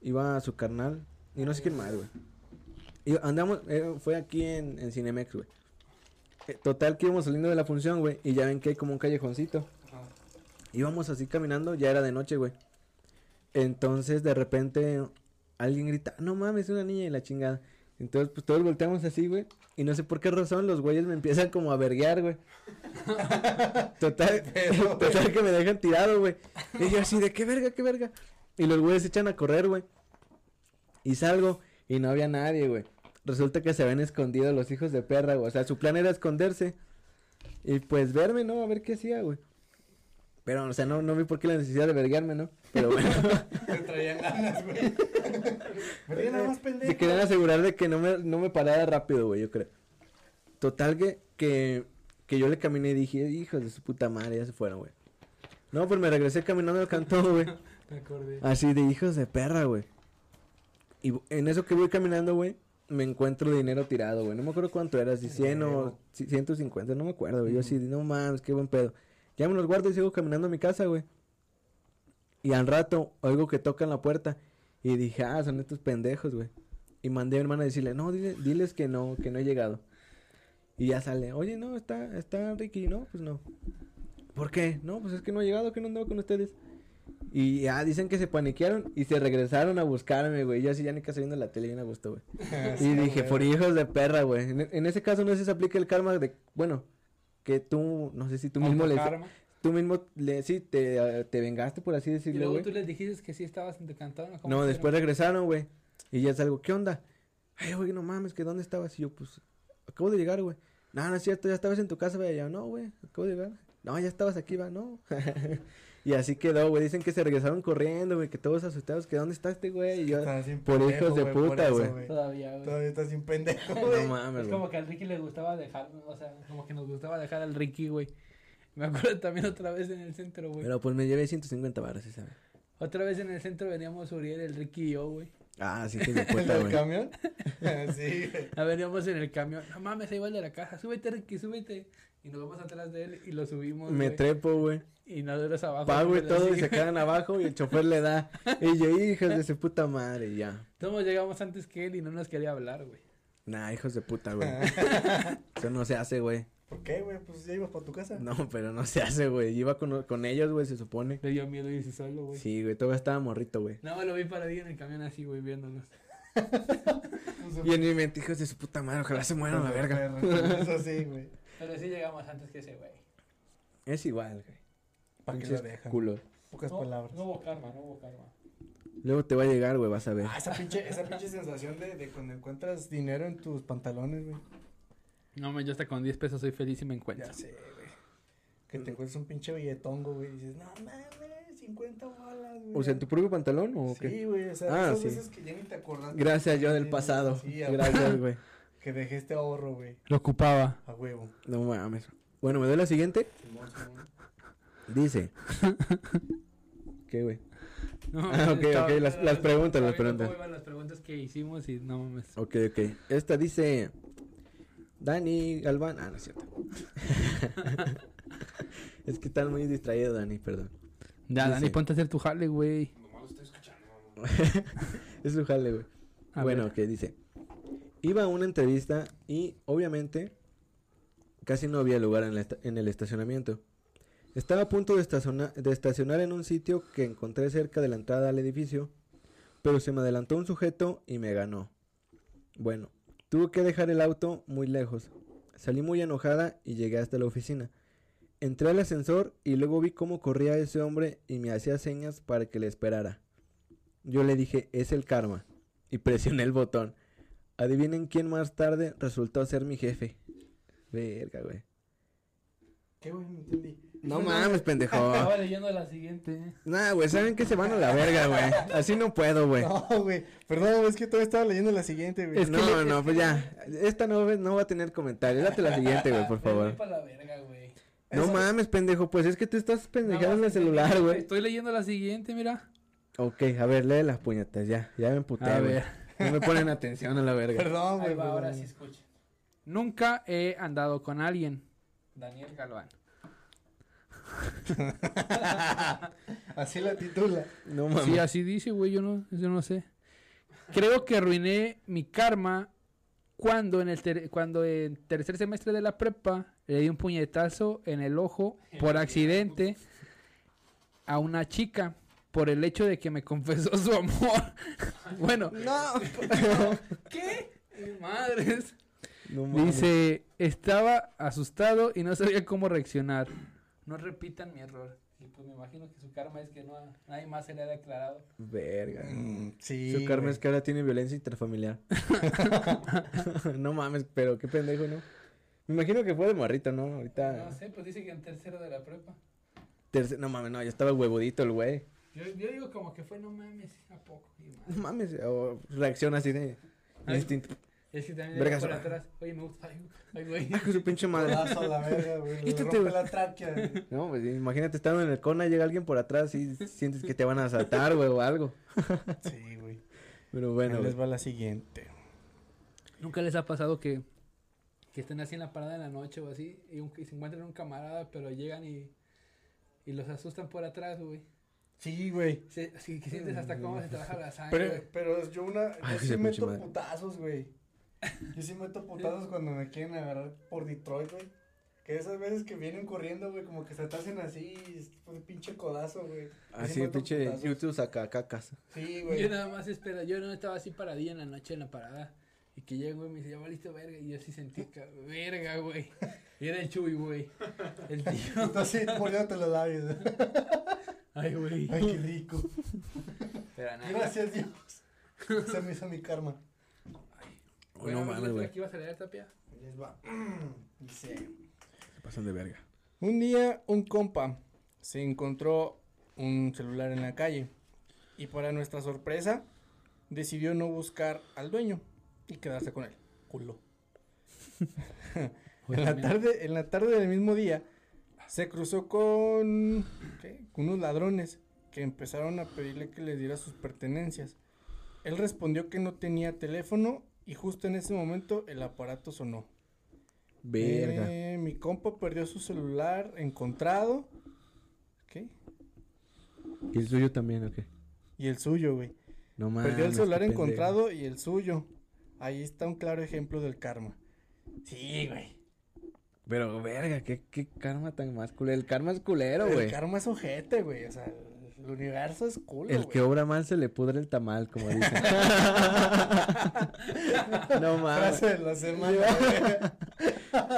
S3: iba a su carnal y no sé quién más, güey. Y andamos, eh, fue aquí en, en Cinemex, güey. Eh, Total que íbamos saliendo de la función, güey, y ya ven que hay como un callejoncito. Íbamos así caminando, ya era de noche, güey. Entonces, de repente, alguien grita, no mames, una niña y la chingada. Entonces, pues todos volteamos así, güey. Y no sé por qué razón los güeyes me empiezan como a verguear, güey. Total, total que me dejan tirado, güey. Y yo así de qué verga, qué verga. Y los güeyes se echan a correr, güey. Y salgo y no había nadie, güey. Resulta que se habían escondido los hijos de perra, güey. O sea, su plan era esconderse. Y pues verme, ¿no? A ver qué hacía, güey. Pero, o sea, no, no vi por qué la necesidad de verguearme, ¿no? Pero bueno.
S2: Te traían ganas, güey. Pero nada más pendejo.
S3: Se querían asegurar de que no me, no me parara rápido, güey, yo creo. Total que, que, que yo le caminé y dije, hijos de su puta madre, ya se fueron, güey. No, pues me regresé caminando al cantón, güey.
S6: Me acordé.
S3: Así de hijos de perra, güey. Y bu- en eso que voy caminando, güey, me encuentro dinero tirado, güey. No me acuerdo cuánto era, si 100 o si- 150, no me acuerdo, güey. Yo así, de, no mames, qué buen pedo. Ya me los guardo y sigo caminando a mi casa, güey. Y al rato oigo que tocan la puerta y dije, ah, son estos pendejos, güey. Y mandé a mi hermana a decirle, no, dile- diles que no, que no he llegado. Y ya sale, oye, no, está, está Ricky, no, pues no. ¿Por qué? No, pues es que no ha llegado, que no andaba con ustedes. Y ya dicen que se paniquearon y se regresaron a buscarme, güey. Yo así ya ni que viendo la tele bien a gusto, güey. y dije, por hijos de perra, güey. En, en ese caso no sé si se aplica el karma de, bueno, que tú, no sé si tú mismo le,
S4: Autokarma.
S3: tú mismo le, sí, te, eh, te vengaste, por así
S6: Y
S3: decirlo,
S6: luego
S3: güey.
S6: tú les dijiste que sí estabas encantado. ¿no? ¿Cómo
S3: No,
S6: hicieron?
S3: después regresaron, güey. Y ya salgo, ¿qué onda? Ay, güey, no mames, que dónde estabas. Y yo, pues, acabo de llegar, güey. No, no es cierto, ya estabas en tu casa, güey. Y yo, no, güey, acabo de llegar. No, ya estabas aquí, va, no. y así quedó, güey. Dicen que se regresaron corriendo, güey, que todos asustados, que dónde está este güey. Y yo,
S1: Estaba bien
S3: por
S1: pendejo,
S3: hijos de
S1: por
S3: puta,
S1: eso,
S3: güey.
S6: Todavía, güey.
S1: Todavía estás sin pendejo,
S3: no
S1: güey.
S3: mames,
S6: Es
S3: güey.
S6: como que al Ricky le gustaba dejar, o sea, como que nos gustaba dejar al Ricky, güey. Me acuerdo también otra vez en el centro, güey.
S3: Pero pues me llevé 150 barras, ¿sí sabes?
S6: Otra vez en el centro veníamos Uriel, el Ricky y yo, güey.
S3: Ah, sí, que de
S1: ¿El
S3: puta,
S1: del
S3: güey.
S1: camión? sí, güey.
S6: Ah, Veníamos en el camión. No mames, ahí va el de la caja. Súbete, Ricky, súbete. Y nos vamos atrás de él y lo subimos.
S3: Me
S6: güey.
S3: trepo, güey.
S6: Y nosotros abajo.
S3: Pago y
S6: pero
S3: todo,
S6: así,
S3: y se
S6: güey.
S3: quedan abajo, y el chofer le da. Y yo, hijos de su puta madre, y ya.
S6: Todos llegamos antes que él y no nos quería hablar, güey.
S3: Nah, hijos de puta, güey. Eso no se hace, güey.
S1: ¿Por qué, güey? Pues ya ibas para tu casa.
S3: No, pero no se hace, güey. Iba con, con ellos, güey, se supone.
S6: Le dio miedo irse solo, güey.
S3: Sí, güey, todavía estaba morrito, güey.
S6: No, lo vi paradillo en el camión así, güey, viéndonos.
S1: Pues,
S3: Y en mi mente, hijos de su puta madre, ojalá se mueran a la verga.
S1: Eso sí, güey.
S6: Pero sí llegamos antes que ese, güey.
S3: Es igual, güey.
S1: ¿Para qué
S3: Pinches
S1: lo dejan?
S3: culos.
S1: Pocas
S6: No,
S1: palabras.
S6: no hubo karma, no hubo karma.
S3: Luego te va a llegar, güey, vas a ver.
S1: Ah, esa pinche, esa pinche sensación de, de cuando encuentras dinero en tus pantalones, güey.
S4: No, me yo hasta con 10 pesos soy feliz y me encuentro.
S1: Ya sé, güey. Que te encuentres un pinche billetongo, güey, y dices, no mames, 50 bolas, güey.
S3: O sea, ¿en tu propio pantalón o qué?
S1: Sí, güey, o sea,
S3: Ah,
S1: esas
S3: sí.
S1: veces que ya ni te acordás.
S3: Gracias, yo del
S1: Sí,
S3: pasado.
S1: sí, a-
S3: Gracias, güey.
S1: Que dejé este ahorro, güey,
S4: Lo ocupaba.
S1: a huevo.
S3: No mames. Bueno, ¿me doy la siguiente?
S1: Simón, Simón.
S3: Dice. ¿Qué, güey?
S4: No,
S3: Ah, ok,
S4: estaba-
S3: ok, las, las preguntas,
S4: estaba viendo
S3: las preguntas.
S4: cómo iban las preguntas que hicimos y no mames.
S3: Ok, ok. Esta dice. Dani Galván. Ah, no es cierto. es que están muy distraídos, Dani, perdón.
S4: Ya, Dani,
S3: Dice-
S4: ponte a hacer tu jale, güey.
S3: es su jale, güey.
S4: A
S3: bueno,
S4: ver.
S3: ok, dice. Iba a una entrevista y obviamente casi no había lugar en, la esta- en el estacionamiento. Estaba a punto de, estaciona- de estacionar en un sitio que encontré cerca de la entrada al edificio, pero se me adelantó un sujeto y me ganó. Bueno, tuve que dejar el auto muy lejos. Salí muy enojada y llegué hasta la oficina. Entré al ascensor y luego vi cómo corría ese hombre y me hacía señas para que le esperara. Yo le dije, es el karma y presioné el botón. Adivinen quién más tarde resultó ser mi jefe. Verga, güey.
S1: ¿Qué, güey? No entendí.
S3: No mames, pendejo.
S6: Estaba leyendo la siguiente.
S3: Nah, güey, saben que se van a la verga, güey. Así no puedo, güey.
S1: No, güey, perdón, es que todavía estaba leyendo la siguiente, güey.
S3: No, no, pues ya. Esta no, no va a tener comentario. Date la siguiente, güey, por favor.
S6: para la verga, güey.
S3: No mames, pendejo. Pues es que tú estás pendejando en el
S6: Nada más
S3: celular, güey.
S4: Estoy leyendo la siguiente, mira.
S3: Ok, a ver, lee las puñetas, ya. Ya me emputé,
S4: A
S3: güey.
S4: ver.
S3: No me ponen atención a la verga.
S1: Perdón,
S6: Ahí
S1: güey.
S6: va,
S1: perdón,
S6: ahora
S1: güey.
S6: sí escucha.
S4: Nunca he andado con alguien.
S6: Daniel Galván.
S1: Así la titula.
S3: No
S4: Sí,
S3: mames.
S4: así dice, güey, yo no, yo no sé. Creo que arruiné mi karma cuando en el ter- cuando en tercer semestre de la prepa le di un puñetazo en el ojo por accidente a una chica por el hecho de que me confesó su amor. bueno,
S3: No.
S4: ¿qué? Madres.
S3: No mames.
S4: Dice, estaba asustado y no sabía cómo reaccionar. No repitan mi error.
S6: Y pues me imagino que su karma es que no ha- nadie más se le ha declarado.
S3: Verga.
S1: Mm, sí.
S3: Su karma
S1: güey.
S3: es que ahora tiene violencia interfamiliar. no mames, pero qué pendejo, ¿no? Me imagino que fue de morrito, ¿no?
S6: No
S3: Ahorita.
S6: sé, pues dice que en tercero de la prepa.
S3: terce- No mames, no, ya estaba huevudito el güey.
S6: Yo, yo digo como que fue, no mames, a poco. Y madre.
S3: No mames, o reacciona así de.
S6: Ay.
S3: instinto.
S6: Es que también
S3: Vergas,
S6: era por
S3: güey.
S6: atrás. Oye, me gusta. Ay, ay, güey.
S3: Hijo de su pinche madre.
S1: Brazo a la verga, güey. le
S3: Y tú te-
S1: rompe la tráquea, güey.
S3: No, pues imagínate estando en el cona, llega alguien por atrás y sientes que te van a asaltar, güey, o algo.
S1: Sí, güey.
S3: Pero
S1: Ahí
S3: bueno,
S1: les
S3: güey.
S1: va la siguiente.
S6: ¿Nunca les ha pasado que, que estén así en la parada en la noche o así y, un- y se encuentran un camarada, pero llegan y, y los asustan por atrás, güey?
S1: Sí, güey.
S6: Se- Así que sientes hasta cómo se te baja la sangre.
S1: Pero, pero yo una. Yo
S3: Ay, esa
S1: sí
S3: pinche
S1: meto
S3: madre.
S1: putazos, güey. Yo sí meto putazos cuando me quieren agarrar por Detroit, güey. Que esas veces que vienen corriendo, güey, como que se atasen así, y es un pinche codazo, güey. Yo sí
S3: Así,
S1: meto
S3: pinche
S1: putazos.
S3: YouTube saca cacas.
S1: Sí,
S6: güey. Yo
S1: güey.
S6: nada más espera, yo no estaba así paradilla en la noche en la parada. Y que llega, un güey, y me dice, ya valiste verga. Y yo sí sentí, ca- verga, güey. Y era el Chuy, güey. El tío.
S1: Entonces, mordiéndote los labios. güey.
S6: Ay, güey.
S1: Ay, qué rico.
S6: Pero nada.
S1: Gracias, Dios. Se me hizo mi karma.
S3: Oh, no mames, güey.
S6: Aquí iba a salir el tapia.
S1: Les va. Dice.
S3: Se pasan de verga.
S1: Un día un compa se encontró un celular en la calle y para nuestra sorpresa decidió no buscar al dueño y quedarse con él. Culo. en, la tarde, en la tarde del mismo día se cruzó con, ¿qué? con unos ladrones que empezaron a pedirle que les diera sus pertenencias. Él respondió que no tenía teléfono y justo en ese momento el aparato sonó.
S3: Verga.
S1: Eh, mi compa perdió su celular encontrado. ¿Qué?
S3: ¿Y el suyo también o qué?
S1: Y el suyo, güey.
S3: No mames.
S1: perdió el celular
S3: qué pendejo.
S1: encontrado y el suyo. Ahí está un claro ejemplo del karma. Sí, güey.
S3: Pero, verga, ¿qué, qué karma tan más culero. El karma es culero,
S1: El
S3: güey.
S1: karma es ojete, güey. O sea, el universo es culo,
S3: El que
S1: güey.
S3: obra mal se le pudre el tamal, como dicen. no mames.
S1: Frase de la semana, güey.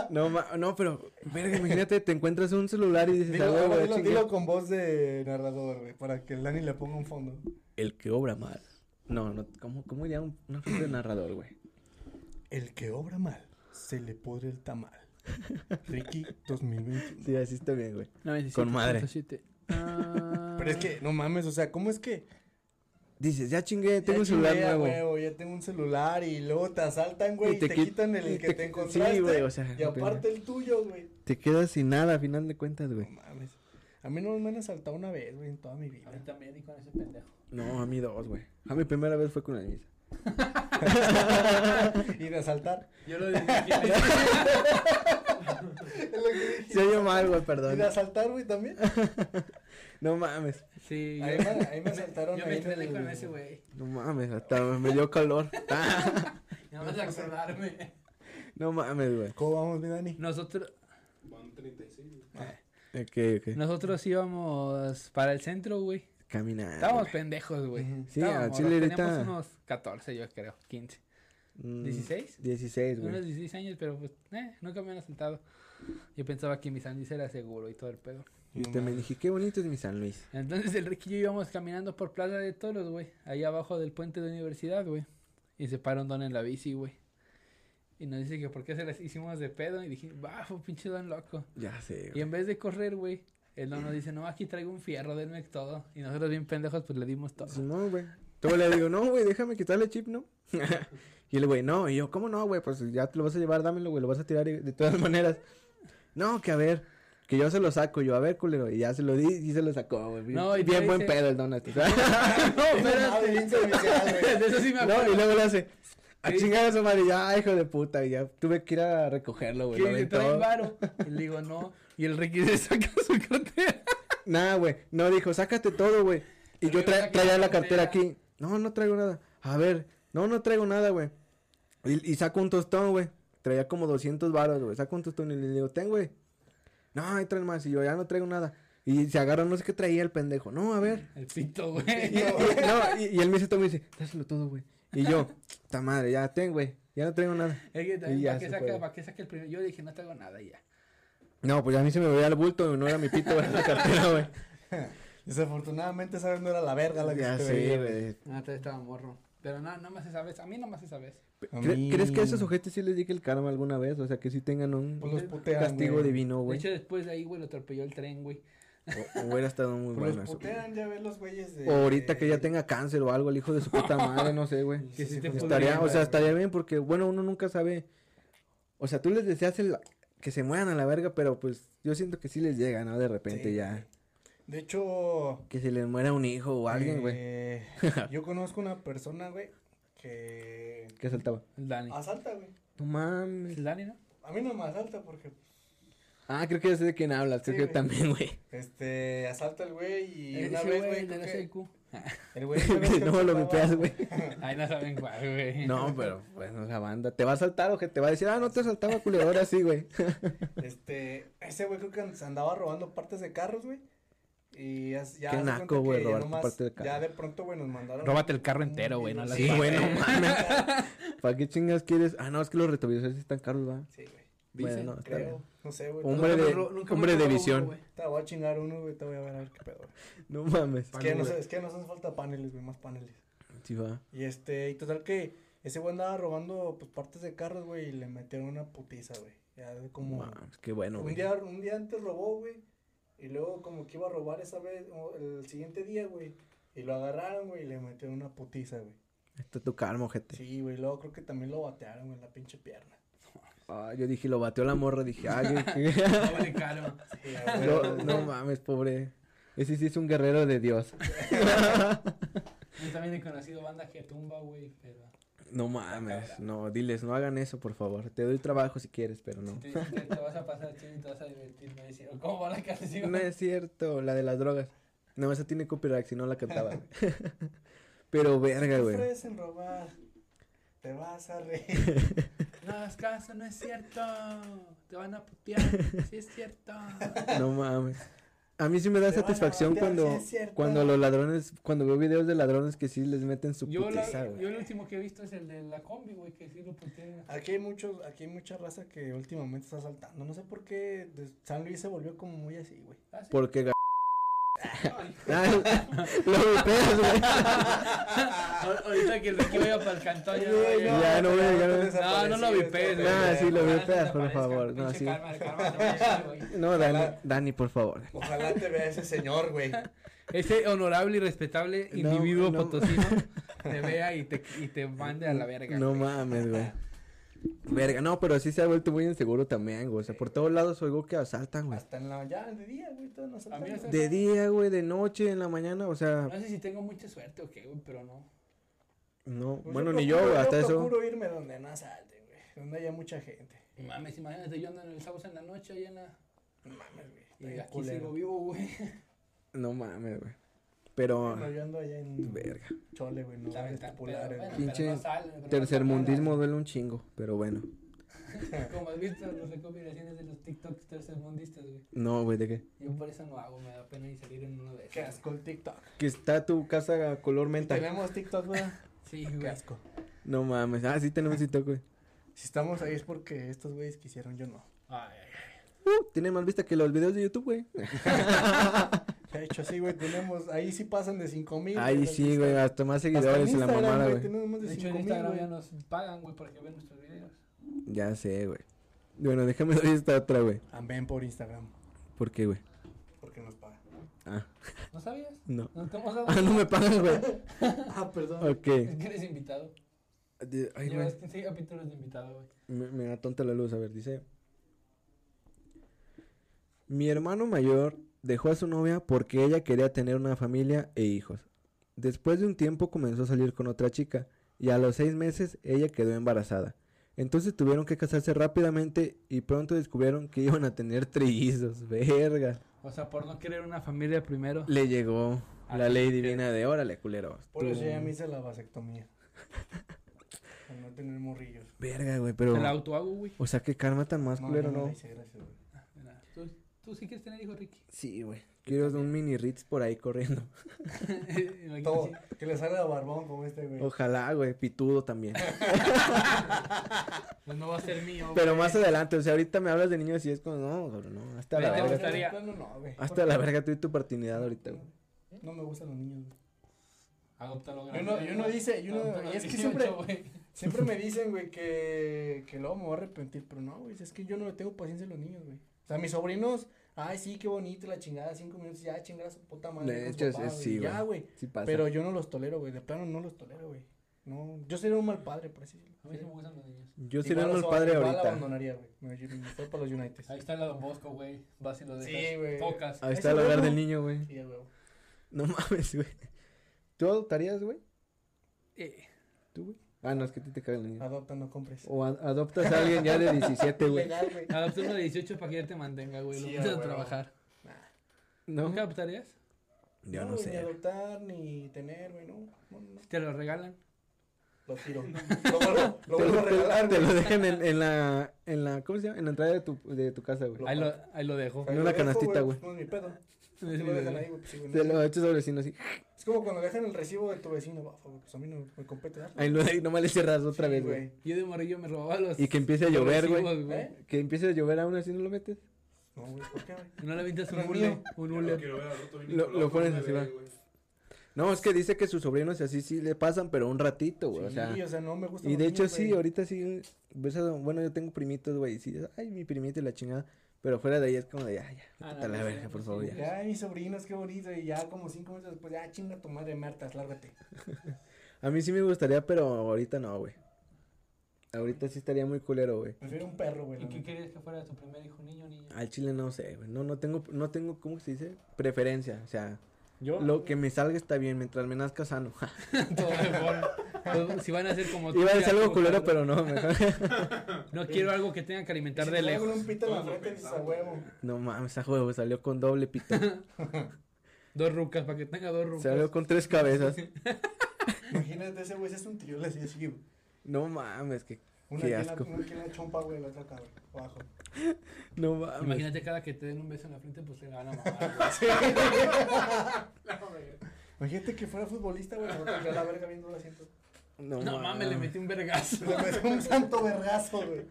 S3: No, ma- no, pero, verga, imagínate, te encuentras un celular y dices,
S1: Dilo,
S3: "Ah, güey,
S1: dilo-
S3: güey,
S1: dilo
S3: chingue".
S1: con voz de narrador, güey. Para que el Dani le ponga un fondo.
S3: El que obra mal. No, no, ¿cómo, cómo diría un, una frase de narrador, güey?
S1: El que obra mal, se le pudre el tamal. Ricky 2021.
S3: Sí, así está bien, güey.
S4: 97.7.
S3: Con madre.
S4: Ah,
S1: Pero es que, no mames, o sea, ¿cómo es que?
S3: Dices, ya chingué, tengo
S1: Ya
S3: un celular
S1: chingué, a
S3: nuevo.
S1: huevo, ya tengo un celular y luego te asaltan, güey, y, te,
S3: qui-
S1: quitan el
S3: y
S1: que te, encontraste.
S3: Sí, güey, o sea.
S1: Y
S3: no,
S1: aparte el tuyo, güey.
S3: Te quedas sin nada a final de cuentas, güey.
S1: No mames. A mí no me han asaltado una vez, güey, en toda mi
S6: Ah.
S7: A mí
S1: vida.
S7: también y con ese pendejo.
S3: No, a mí dos, güey. A mi primera vez fue con la misa.
S1: y de asaltar.
S7: Yo lo dije.
S1: Es lo que dije.
S3: Se oye mal, güey,
S1: Y
S3: perdón.
S1: de asaltar, güey, también.
S3: No mames,
S7: Sí,
S1: Ahí
S7: yo,
S1: me, ahí me asaltaron.
S7: yo
S1: ahí
S7: me
S1: en
S7: entrené
S1: el-
S7: con ese güey.
S3: no mames, hasta me dio calor. Ah,
S7: Ya vas a acordarme.
S3: No mames, güey.
S1: ¿Cómo vamos, mi Dani?
S4: Nosotros,
S2: Van 36.
S3: Ok, ok.
S4: nosotros íbamos para el centro, güey.
S3: Caminar.
S4: Estábamos
S3: güey.
S4: pendejos, güey.
S3: Sí,
S4: Estábamos
S3: al chile
S4: morros.
S3: ahorita-
S4: Teníamos unos 14, yo creo, 15.
S3: Mm,
S4: 16?
S3: 16, güey.
S4: Unos 16 años, pero pues, eh, nunca me han asaltado. Yo pensaba que mi Sandis era seguro y todo el pedo.
S3: Y te me dije, qué bonito es mi San Luis.
S4: Entonces el Ricky y yo íbamos caminando por Plaza de Toros, güey. Ahí abajo del puente de universidad, güey. Y se paró un don en la bici, güey. Y nos dice que por qué se las hicimos de pedo. Y dije, va, fue un pinche don loco.
S3: Ya sé,
S4: Y
S3: güey.
S4: en vez de correr, güey, el don nos dice, no, aquí traigo un fierro, denme todo. Y nosotros bien pendejos, pues le dimos todo.
S3: No, güey. Todo le digo, no, güey, déjame quitarle chip, ¿no? y el güey, no. Y yo, ¿cómo no, güey? Pues ya te lo vas a llevar, dámelo, güey. Lo vas a tirar y- de todas maneras. No, que a ver. Que yo se lo saco. Yo, a ver, culero. Y ya se lo di y se lo sacó, güey.
S4: No, y
S3: bien
S4: te
S3: buen
S4: dice-
S3: pedo el este, donut.
S4: no,
S1: Madre,
S4: espérate.
S1: bien servicial, güey.
S4: De eso sí me
S3: no,
S4: acuerdo.
S3: y luego le hace... A
S4: ¿Qué?
S3: chingar a su madre, ya, hijo de puta, y ya tuve que ir a recogerlo, güey.
S4: Que
S3: Lo
S4: dice, traen
S3: aventó.
S4: varo. Y le digo, no. Y el Ricky se saca su cartera.
S3: Nah, güey. No, dijo, sácate todo, güey. Y yo tra-
S7: Traigo aquí
S3: traía
S7: la
S3: la cartera
S7: cartera.
S3: aquí. No, no traigo nada. A ver, no, no traigo nada, güey. Y, y saco un tostón, güey. Traía como 200 varos, güey. Saco un tostón y le digo, ten, güey. No, ahí traen más. Y yo, ya no traigo nada. Y se agarra, no sé qué traía el pendejo. No, a ver.
S4: El pito, güey.
S3: no, y, y el misito me dice, dáselo todo, güey. Y yo, ta madre, ya ten, güey. Ya no traigo nada.
S4: Es que también,
S3: Y ya
S4: ¿para qué,
S3: se
S4: saca,
S3: fue.
S4: ¿para qué saca el primero? Yo dije, no traigo nada y ya.
S3: No, pues a mí se me veía el bulto, no era mi pito, era la cartera, güey.
S1: Desafortunadamente, esa vez no era la verga la que
S3: Ya
S1: se te
S3: sé,
S1: veía.
S3: güey.
S4: No, Ah, todavía estaba morro. Pero no, no más esa vez. A mí no más esa vez.
S1: A
S3: ¿Cre-
S1: mí-
S3: ¿Crees que a esos sujetos sí les llegue el karma alguna vez? O sea, que sí tengan un
S1: Pues los putean,
S3: castigo
S1: güey.
S3: divino,
S4: De
S3: Oh, güey.
S4: hecho, después de ahí, güey, lo atropelló el tren, güey.
S3: O- o Hubiera estado muy
S1: Pues
S3: bueno
S1: los
S3: eso.
S1: putean, ya ves los güeyes de...
S3: O ahorita que ya tenga cáncer o algo, el hijo de su puta madre, no sé, güey.
S4: Que sí te
S3: Estaría, o sea,
S1: güey.
S3: estaría bien porque, bueno, uno nunca sabe. O sea, tú les deseas el- que se mueran a la verga, pero pues yo siento que sí les llega, ¿no? De repente
S1: Sí,
S3: ya.
S1: güey. De hecho,
S3: Que se les muera un hijo o alguien, güey.
S1: Eh, yo conozco una persona, güey, que
S3: Que saltaba.
S4: El Dani.
S1: asalta, güey.
S3: No mames.
S4: El Dani, ¿no?
S1: A mí no me asalta porque,
S3: Ah, creo que ya sé de quién hablas. Creo
S1: Sí,
S3: que yo
S1: güey.
S3: también, güey.
S1: este, asalta el güey y
S4: Ese
S1: una vez,
S4: güey,
S1: güey,
S4: de
S1: creo
S4: la
S1: que
S4: SQ.
S1: el güey una vez que
S3: no lo
S1: asaltaba-
S3: mipeas, güey.
S4: Ay, no saben cuál, güey.
S3: No, pero bueno, la banda te va a saltar o que te va a decir, ah, no te saltaba culero, ahora sí, güey.
S1: Este, ese güey creo que se andaba robando partes de carros, güey. Y ya, ya
S3: Qué
S1: haz de
S3: naco,
S1: cuenta
S3: güey,
S1: que
S3: robarte
S1: nomás-
S3: parte de carro.
S1: Ya de pronto, güey, nos mandaron.
S4: Róbate el carro entero, güey, no las
S1: Sí,
S4: partes.
S1: güey, no mames.
S3: ¿Para qué chingas quieres? Ah, no, es que los retrovisores están caros, va.
S1: Sí, güey,
S3: Bueno,
S4: Dicen,
S3: no, está
S1: creo.
S3: bien.
S1: No sé, güey.
S3: Hombre
S7: Nunca me
S3: de,
S7: ro- nunca me
S3: hombre de
S7: robó uno,
S3: visión.
S7: güey.
S1: Te voy a chingar uno, güey, te voy a ver a ver qué pedo. güey.
S3: no mames.
S1: Es que, nos, es que nos hacen falta paneles, güey, más paneles.
S3: Sí, va.
S1: Y este, y total que ese güey andaba robando pues partes de carros, güey, y le metieron una putiza, güey. Ya de como
S3: Mames, qué bueno,
S1: un
S3: güey.
S1: día, un día antes robó, güey. Y luego como que iba a robar esa vez, o el siguiente día, güey. Y lo agarraron, güey, y le metieron una putiza, güey.
S3: Está tu calmo, ojete.
S1: Sí, güey, luego creo que también lo batearon, güey, en la pinche pierna.
S3: Ah, yo dije, lo bateó la morra, dije, ah, qué-
S7: Doble caro.
S1: Sí, a
S3: qué-
S1: huevo,
S3: no,
S1: güey.
S3: no mames, pobre. Ese sí es un guerrero de Dios.
S7: Yo también he conocido banda que tumba, güey, pero...
S3: No mames, no, diles, no hagan eso, por favor. Te doy trabajo si quieres, pero no.
S7: Te dicen que te vas a pasar chido y te vas a divertir. Me dicen, ¿cómo va la canción?
S3: No es cierto, la de las drogas. No, esa tiene copyright, si no la cantaba. güey. Pero verga,
S1: Te
S3: güey.
S1: ofrecen robar. Te vas a reír.
S7: No hagas caso, no es cierto. Te van a putear. Sí es cierto.
S3: No mames. A mí sí me da
S1: Te van a
S3: satisfacción
S1: batear, sí
S3: cuando,
S1: es cierto.
S3: cuando los ladrones, cuando veo videos de ladrones que sí les meten su
S7: Yo, la-
S3: putiza, güey.
S7: yo el último que he visto es el de la combi, güey, que sí lo puteé.
S1: Aquí hay muchos, aquí hay mucha raza que
S7: Ah,
S1: últimamente está saltando. No sé por qué de- San Luis se volvió como muy así, güey.
S3: Porque ga- Lo vipeas, güey.
S4: Ahor- Ahorita que el Ricky vaya para el cantón. ya,
S1: Güey,
S4: güey.
S1: no,
S3: Ya, no, güey, ya,
S1: te
S4: No, no lo
S1: desaparecí,
S4: vipees, güey.
S1: güey.
S3: Ah, sí, lo
S4: Ojalá
S3: vipeas,
S4: te
S3: por
S4: aparezca,
S3: favor, no,
S4: pinche
S3: sí.
S4: karma, el karma te va a llegar, güey.
S3: No, Dani, Dani, por favor.
S1: Ojalá te vea ese señor, güey.
S7: Este
S4: Ese honorable y respetable
S3: No,
S4: individuo
S3: no.
S4: potosino te vea y te, y te mande a la verga.
S3: No
S4: güey.
S3: mames, güey. Verga, no, pero sí se ha vuelto muy inseguro también, güey. O sea, por todos lados oigo que asaltan, güey.
S1: Hasta en la ya de día, güey, todos nos
S4: A mí
S1: saltamos.
S4: hace-
S3: De día, güey, de noche, en la mañana, o sea,
S4: No sé si tengo mucha suerte o qué, güey, pero no.
S3: no.
S1: Pues
S3: Bueno,
S1: yo
S3: ni yo,
S1: procuro-
S3: güey, hasta
S1: Yo
S3: eso.
S1: procuro irme donde no salte, güey. Donde haya mucha gente.
S4: Mames, imagínate, yo ando en el sauce en la noche, allá en la...
S1: No mames, güey. está
S4: Y
S1: bien
S4: aquí
S1: culero.
S4: sigo vivo, güey.
S3: No mames, güey. Pero,
S1: Bueno, yo ando allá en
S3: Ah. verga.
S1: Chole, güey, no eh.
S4: La
S1: lugares
S4: venta-
S1: populares,
S4: pero bueno,
S1: güey.
S3: Pinche
S4: pero no sale, pero no
S3: Tercermundismo duele un chingo, pero bueno.
S4: sale. Como has visto las recopilaciones de los TikToks tercermundistas, güey.
S3: No, güey, ¿de qué?
S4: Yo por eso no hago, me da pena ni salir en uno de
S1: Qué
S4: esos.
S1: asco el TikTok.
S3: Que está tu casa a color menta.
S1: Tenemos TikTok, güey.
S4: Sí,
S1: Qué
S4: güey.
S1: asco.
S3: No mames. Ah, sí tenemos TikTok, güey.
S1: Si estamos ahí es porque estos güeyes quisieron, yo no.
S4: Ay,
S3: Uh, tiene más vista que los videos de YouTube, güey.
S1: De hecho, sí, güey, tenemos, ahí sí pasan de 5 mil.
S3: Ay, sí, güey, hasta más
S1: Hasta en
S3: seguidores en la
S1: Instagram,
S3: mamada, güey.
S1: Tenemos más
S4: de
S1: de
S4: hecho,
S1: 5
S4: en
S1: mil,
S4: Instagram ya
S1: güey.
S4: nos pagan, güey, para que vean nuestros videos.
S3: Ya sé, güey. Bueno, déjame ver esta otra, güey.
S1: Amén Ah, por Instagram,
S3: ¿Por qué, güey?
S1: porque nos pagan.
S3: Ah,
S4: ¿No sabías?
S3: no.
S4: ¿No te hemos dado?
S3: Ah, no me pagan, güey.
S1: Ah, perdón.
S3: Ok.
S4: Es que eres invitado.
S3: De- Ay,
S4: Llevas
S3: güey.
S4: 15 capítulos de invitado, güey.
S3: Me, me da tonta la luz. A ver, dice. Mi hermano mayor dejó a su novia porque ella quería tener una familia e hijos. Después de un tiempo comenzó a salir con otra chica y a los seis meses ella quedó embarazada. Entonces tuvieron que casarse rápidamente y pronto descubrieron que iban a tener trillizos. Verga.
S4: O sea, por no querer una familia primero.
S3: Le llegó la ley divina de órale, culero.
S1: Por
S3: tú-
S1: eso ya me hice la vasectomía. Para no tener morrillos.
S3: Verga, güey,
S4: Te
S3: pero.
S4: la autohago, güey.
S3: O sea, qué karma tan más
S1: No,
S3: culero,
S1: ya me la
S3: ¿no?
S1: hice, gracias, güey.
S4: Mira, ¿Tú, tú sí quieres tener hijos, Ricky.
S3: Sí, güey. Quiero un mini Ritz por ahí corriendo.
S4: Imagínate.
S1: Todo, que le salga barbón como este, güey.
S3: Ojalá, güey, pitudo también.
S4: Pues no va a ser mío.
S3: Pero más adelante, o sea, ahorita me hablas de niños y es como, no, bro, no, hasta la
S4: Vete,
S3: verga.
S4: gustaría-
S1: No, no, güey.
S3: Hasta la verga, tú y tu oportunidad ahorita, güey.
S1: No me gustan los niños, güey.
S4: Adoptalo,
S1: Yo no, yo no dice, yo no, y es que siempre, siempre me dicen, güey, que, que luego me voy a arrepentir, pero no, güey, es que yo no le tengo paciencia a los niños, güey. O sea, mis sobrinos, ay, sí, qué bonito, la chingada, cinco minutos, ya, chingada su puta madre.
S3: De
S1: con su
S3: hecho,
S1: papá,
S3: es-
S1: güey,
S3: sí,
S1: Ya, güey.
S3: Sí pasa.
S1: Pero yo no los tolero, güey, de plano no los tolero, güey. No, yo sería un mal padre, por así decirlo.
S4: A mí sí me gustan los niños.
S3: yo
S1: Igual
S3: sería un
S1: los-
S3: mal padre
S1: igual la
S3: ahorita.
S1: abandonaría, güey. Me, yo- me fue para los United.
S4: Ahí está el Don Bosco, güey. Vas y lo
S1: Sí,
S4: dejas.
S1: güey.
S4: Tocas.
S3: Ahí
S1: Ese
S3: está el hogar
S1: huevo.
S3: del niño, güey.
S1: Sí, güey.
S3: No mames, güey. ¿Tú adoptarías, güey?
S4: Eh,
S3: ¿Tú, güey? Ah, no, es que a ti te caga el niño.
S1: Adopta, no compres.
S3: O a- adoptas a alguien ya de 17, Oh, güey. Ah,
S1: Legal, güey.
S4: adopta uno de 18 para que él te mantenga, güey. Lo
S1: Sí,
S4: pones
S1: a
S4: a
S1: huevo.
S4: trabajar.
S3: No,
S4: ¿Nunca adoptarías?
S3: yo no
S1: güey, Ni
S3: sé.
S1: adoptar, ni tener, güey, no. No, no, no.
S4: Te lo regalan.
S1: Lo tiro. lo vuelvo, lo
S3: Te
S1: vuelvo
S3: lo,
S1: a regalar,
S3: te
S1: güey.
S3: lo dejan en, en la, en la, ¿cómo se llama? En la entrada de tu, de tu casa, güey.
S1: Lo-
S4: Ahí lo, ahí lo dejo.
S1: Ahí
S3: en
S1: lo
S3: una
S1: dejo,
S3: canastita,
S1: pues,
S3: güey.
S1: No es mi pedo.
S4: No
S1: Sí
S4: es mi
S1: lo dejan
S4: bebé.
S1: ahí, güey, pues, sí, güey, no
S3: Te
S1: sé.
S3: lo echas al vecino así.
S1: Es como cuando dejan el recibo de tu vecino. va, favor, pues a mí no me compete dar.
S3: Ahí no, ahí nomás le cierras otra
S1: Sí,
S3: vez, güey.
S4: Yo de morrillo me robaba los.
S3: Y que empiece a llover,
S4: los
S3: güey.
S4: recibos,
S1: ¿Eh?
S3: Que empiece a llover aún así no lo metes.
S1: No, güey, ¿por qué, güey?
S4: No le avientas un
S1: Los
S4: hule.
S1: míos.
S4: Un
S2: Ya lo
S4: hule.
S2: quiero ver al rato,
S3: Lo-
S2: Nicolau,
S3: lo pones
S2: con un
S3: así,
S2: bebé,
S3: va.
S2: güey.
S3: No, es que dice que sus sobrinos y así sí le pasan, pero un ratito, güey. o sea,
S1: Sí, o sea, no me gusta.
S3: y de hecho sí, ahorita sí. ves a- bueno, yo tengo primitos, güey. y Sí, ay, mi primito y la chingada. Pero fuera de ahí es como de, ay, ya.
S4: Ah, no,
S3: Vete a la
S4: pues,
S3: verga,
S4: sí,
S3: por
S4: sí,
S3: favor,
S4: sí.
S3: ya.
S1: Ya, mis sobrinos, qué bonito. Y ya como cinco minutos después, ya chinga tu madre, Martas, lárgate.
S3: A mí sí me gustaría, pero ahorita no, güey. Ahorita sí estaría muy culero, güey.
S1: Prefiero un perro, güey.
S4: ¿Y
S1: la
S4: qué
S1: neta.
S4: querías que fuera tu primer hijo, niño o niña?
S3: Al chile no sé, güey. No, no tengo, no tengo, ¿cómo se dice? Preferencia. O sea,
S4: Yo.
S3: lo que me salga está bien mientras me nazca sano.
S4: Todo mejor. Pues, Si van a ser como tú,
S3: Iba a
S4: ya
S3: decir algo
S4: tú,
S3: culero,
S4: cabrón.
S3: pero no, mejor.
S4: No quiero algo que tenga que
S1: Y si
S4: alimentar
S1: te
S4: de
S1: ponen
S4: lejos.
S1: un pito en la
S2: Todos lo
S1: frente, dices a
S2: pensamos,
S1: huevo.
S3: No mames, a juego salió con doble pito.
S4: Dos rucas, para que tenga dos rucas.
S3: Salió con tres cabezas.
S1: Imagínate ese güey, ese es un tío, le hacía así, güey.
S3: No mames, que.
S1: Una
S3: Qué
S1: aquí en la-
S3: asco.
S1: una aquí en la chompa, güey, la otra acá, güey, abajo.
S3: No mames.
S4: Imagínate cada que te den un beso en la frente, pues te la van a mamar. güey.
S1: Imagínate que fuera futbolista, güey, la otra ya la verga viendo el asiento.
S3: No,
S4: No mames, le metí un vergazo.
S1: Le metió un santo vergazo, güey.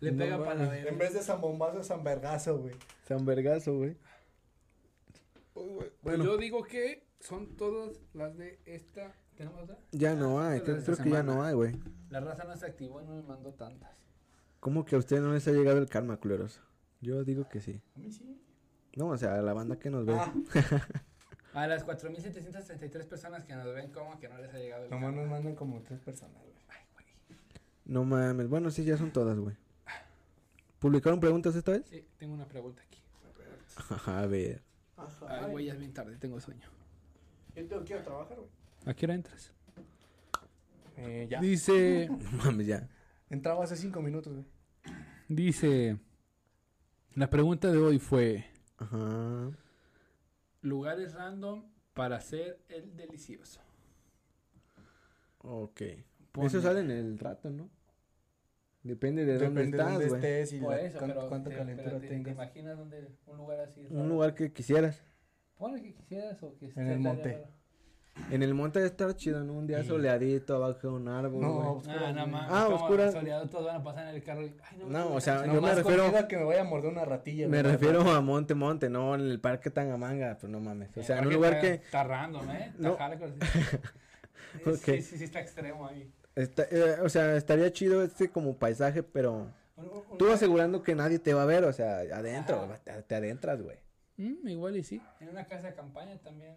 S4: Le
S3: No
S4: pega
S3: mames.
S4: para la verga.
S1: En vez de San Bombazo, San Vergazo, güey.
S3: San Vergazo, güey.
S4: Bueno. Pues Yo digo que son todas las de esta. ¿Tenemos otra?
S3: Ya no hay,
S4: Todas las
S3: creo,
S4: de
S3: creo que ya
S4: semana.
S3: no hay, güey.
S4: La raza no se activó y no me mandó tantas.
S3: ¿Cómo que a ustedes no les ha llegado el karma, culeros? Yo digo que sí.
S1: A mí sí.
S3: No, o sea, a la banda que nos ve.
S1: Ah.
S4: A las 4.733 personas que nos ven, como que no les ha llegado el
S1: Nomás
S4: karma?
S1: nos mandan como tres personas, güey.
S4: Ay, güey.
S3: No mames. Bueno, sí, ya son todas, güey. ¿Publicaron preguntas esta vez?
S4: Sí, tengo una pregunta aquí.
S3: a ver.
S4: Ay, güey, ya es bien tarde, tengo sueño.
S8: Yo tengo que ir a trabajar, güey.
S9: ¿A qué hora entras?
S1: Eh, ya.
S9: Dice,
S3: No mames, ya.
S1: Entraba hace cinco minutos, güey.
S9: dice. La pregunta de hoy fue:
S3: Ajá.
S4: Lugares random para hacer el delicioso.
S3: Ok.
S9: Pone-
S3: Eso sale en el rato, ¿no? Depende de dónde
S1: Depende de
S3: estás,
S1: dónde
S3: güey.
S1: estés y
S4: Por
S1: la-
S4: eso,
S1: cuán-
S4: pero
S1: cuánta
S4: te-
S1: calentura
S4: pero te- ¿Te
S1: tengas.
S4: imaginas donde un lugar así?
S3: Un lugar que quisieras.
S4: Pone que quisieras o que esté
S1: el
S4: al área
S1: monte.
S4: rara.
S3: En el monte debe estar chido, ¿no? Un día
S1: Sí.
S3: soleadito, abajo de un árbol,
S1: No, pues,
S3: güey.
S1: oscuras,
S4: Ah, no
S1: güey.
S4: mames.
S3: Ah,
S4: como
S3: oscuras.
S4: soleado, todos van a pasar en el carro. y, ay, no,
S3: No,
S4: no,
S3: o sea,
S4: no,
S3: yo
S4: no,
S3: me
S1: Nomás
S3: refiero-
S1: conmigo a que me vaya a morder una ratilla,
S3: Me
S1: güey.
S3: refiero a Monte Monte, no en el parque Tangamanga, pues no
S1: Eh,
S3: mames. O sea, en un
S4: Porque
S3: lugar
S4: está-
S3: que
S4: Está random, ¿eh? Está
S3: No.
S4: hardcore.
S3: Ok.
S4: Sí, sí, sí, está extremo ahí.
S3: está, eh, o sea, estaría chido este como paisaje, pero tú asegurando que nadie te va a ver, o sea, adentro,
S4: Ajá.
S3: te, te adentras, güey.
S9: Mm, igual y sí.
S4: En una casa de campaña también.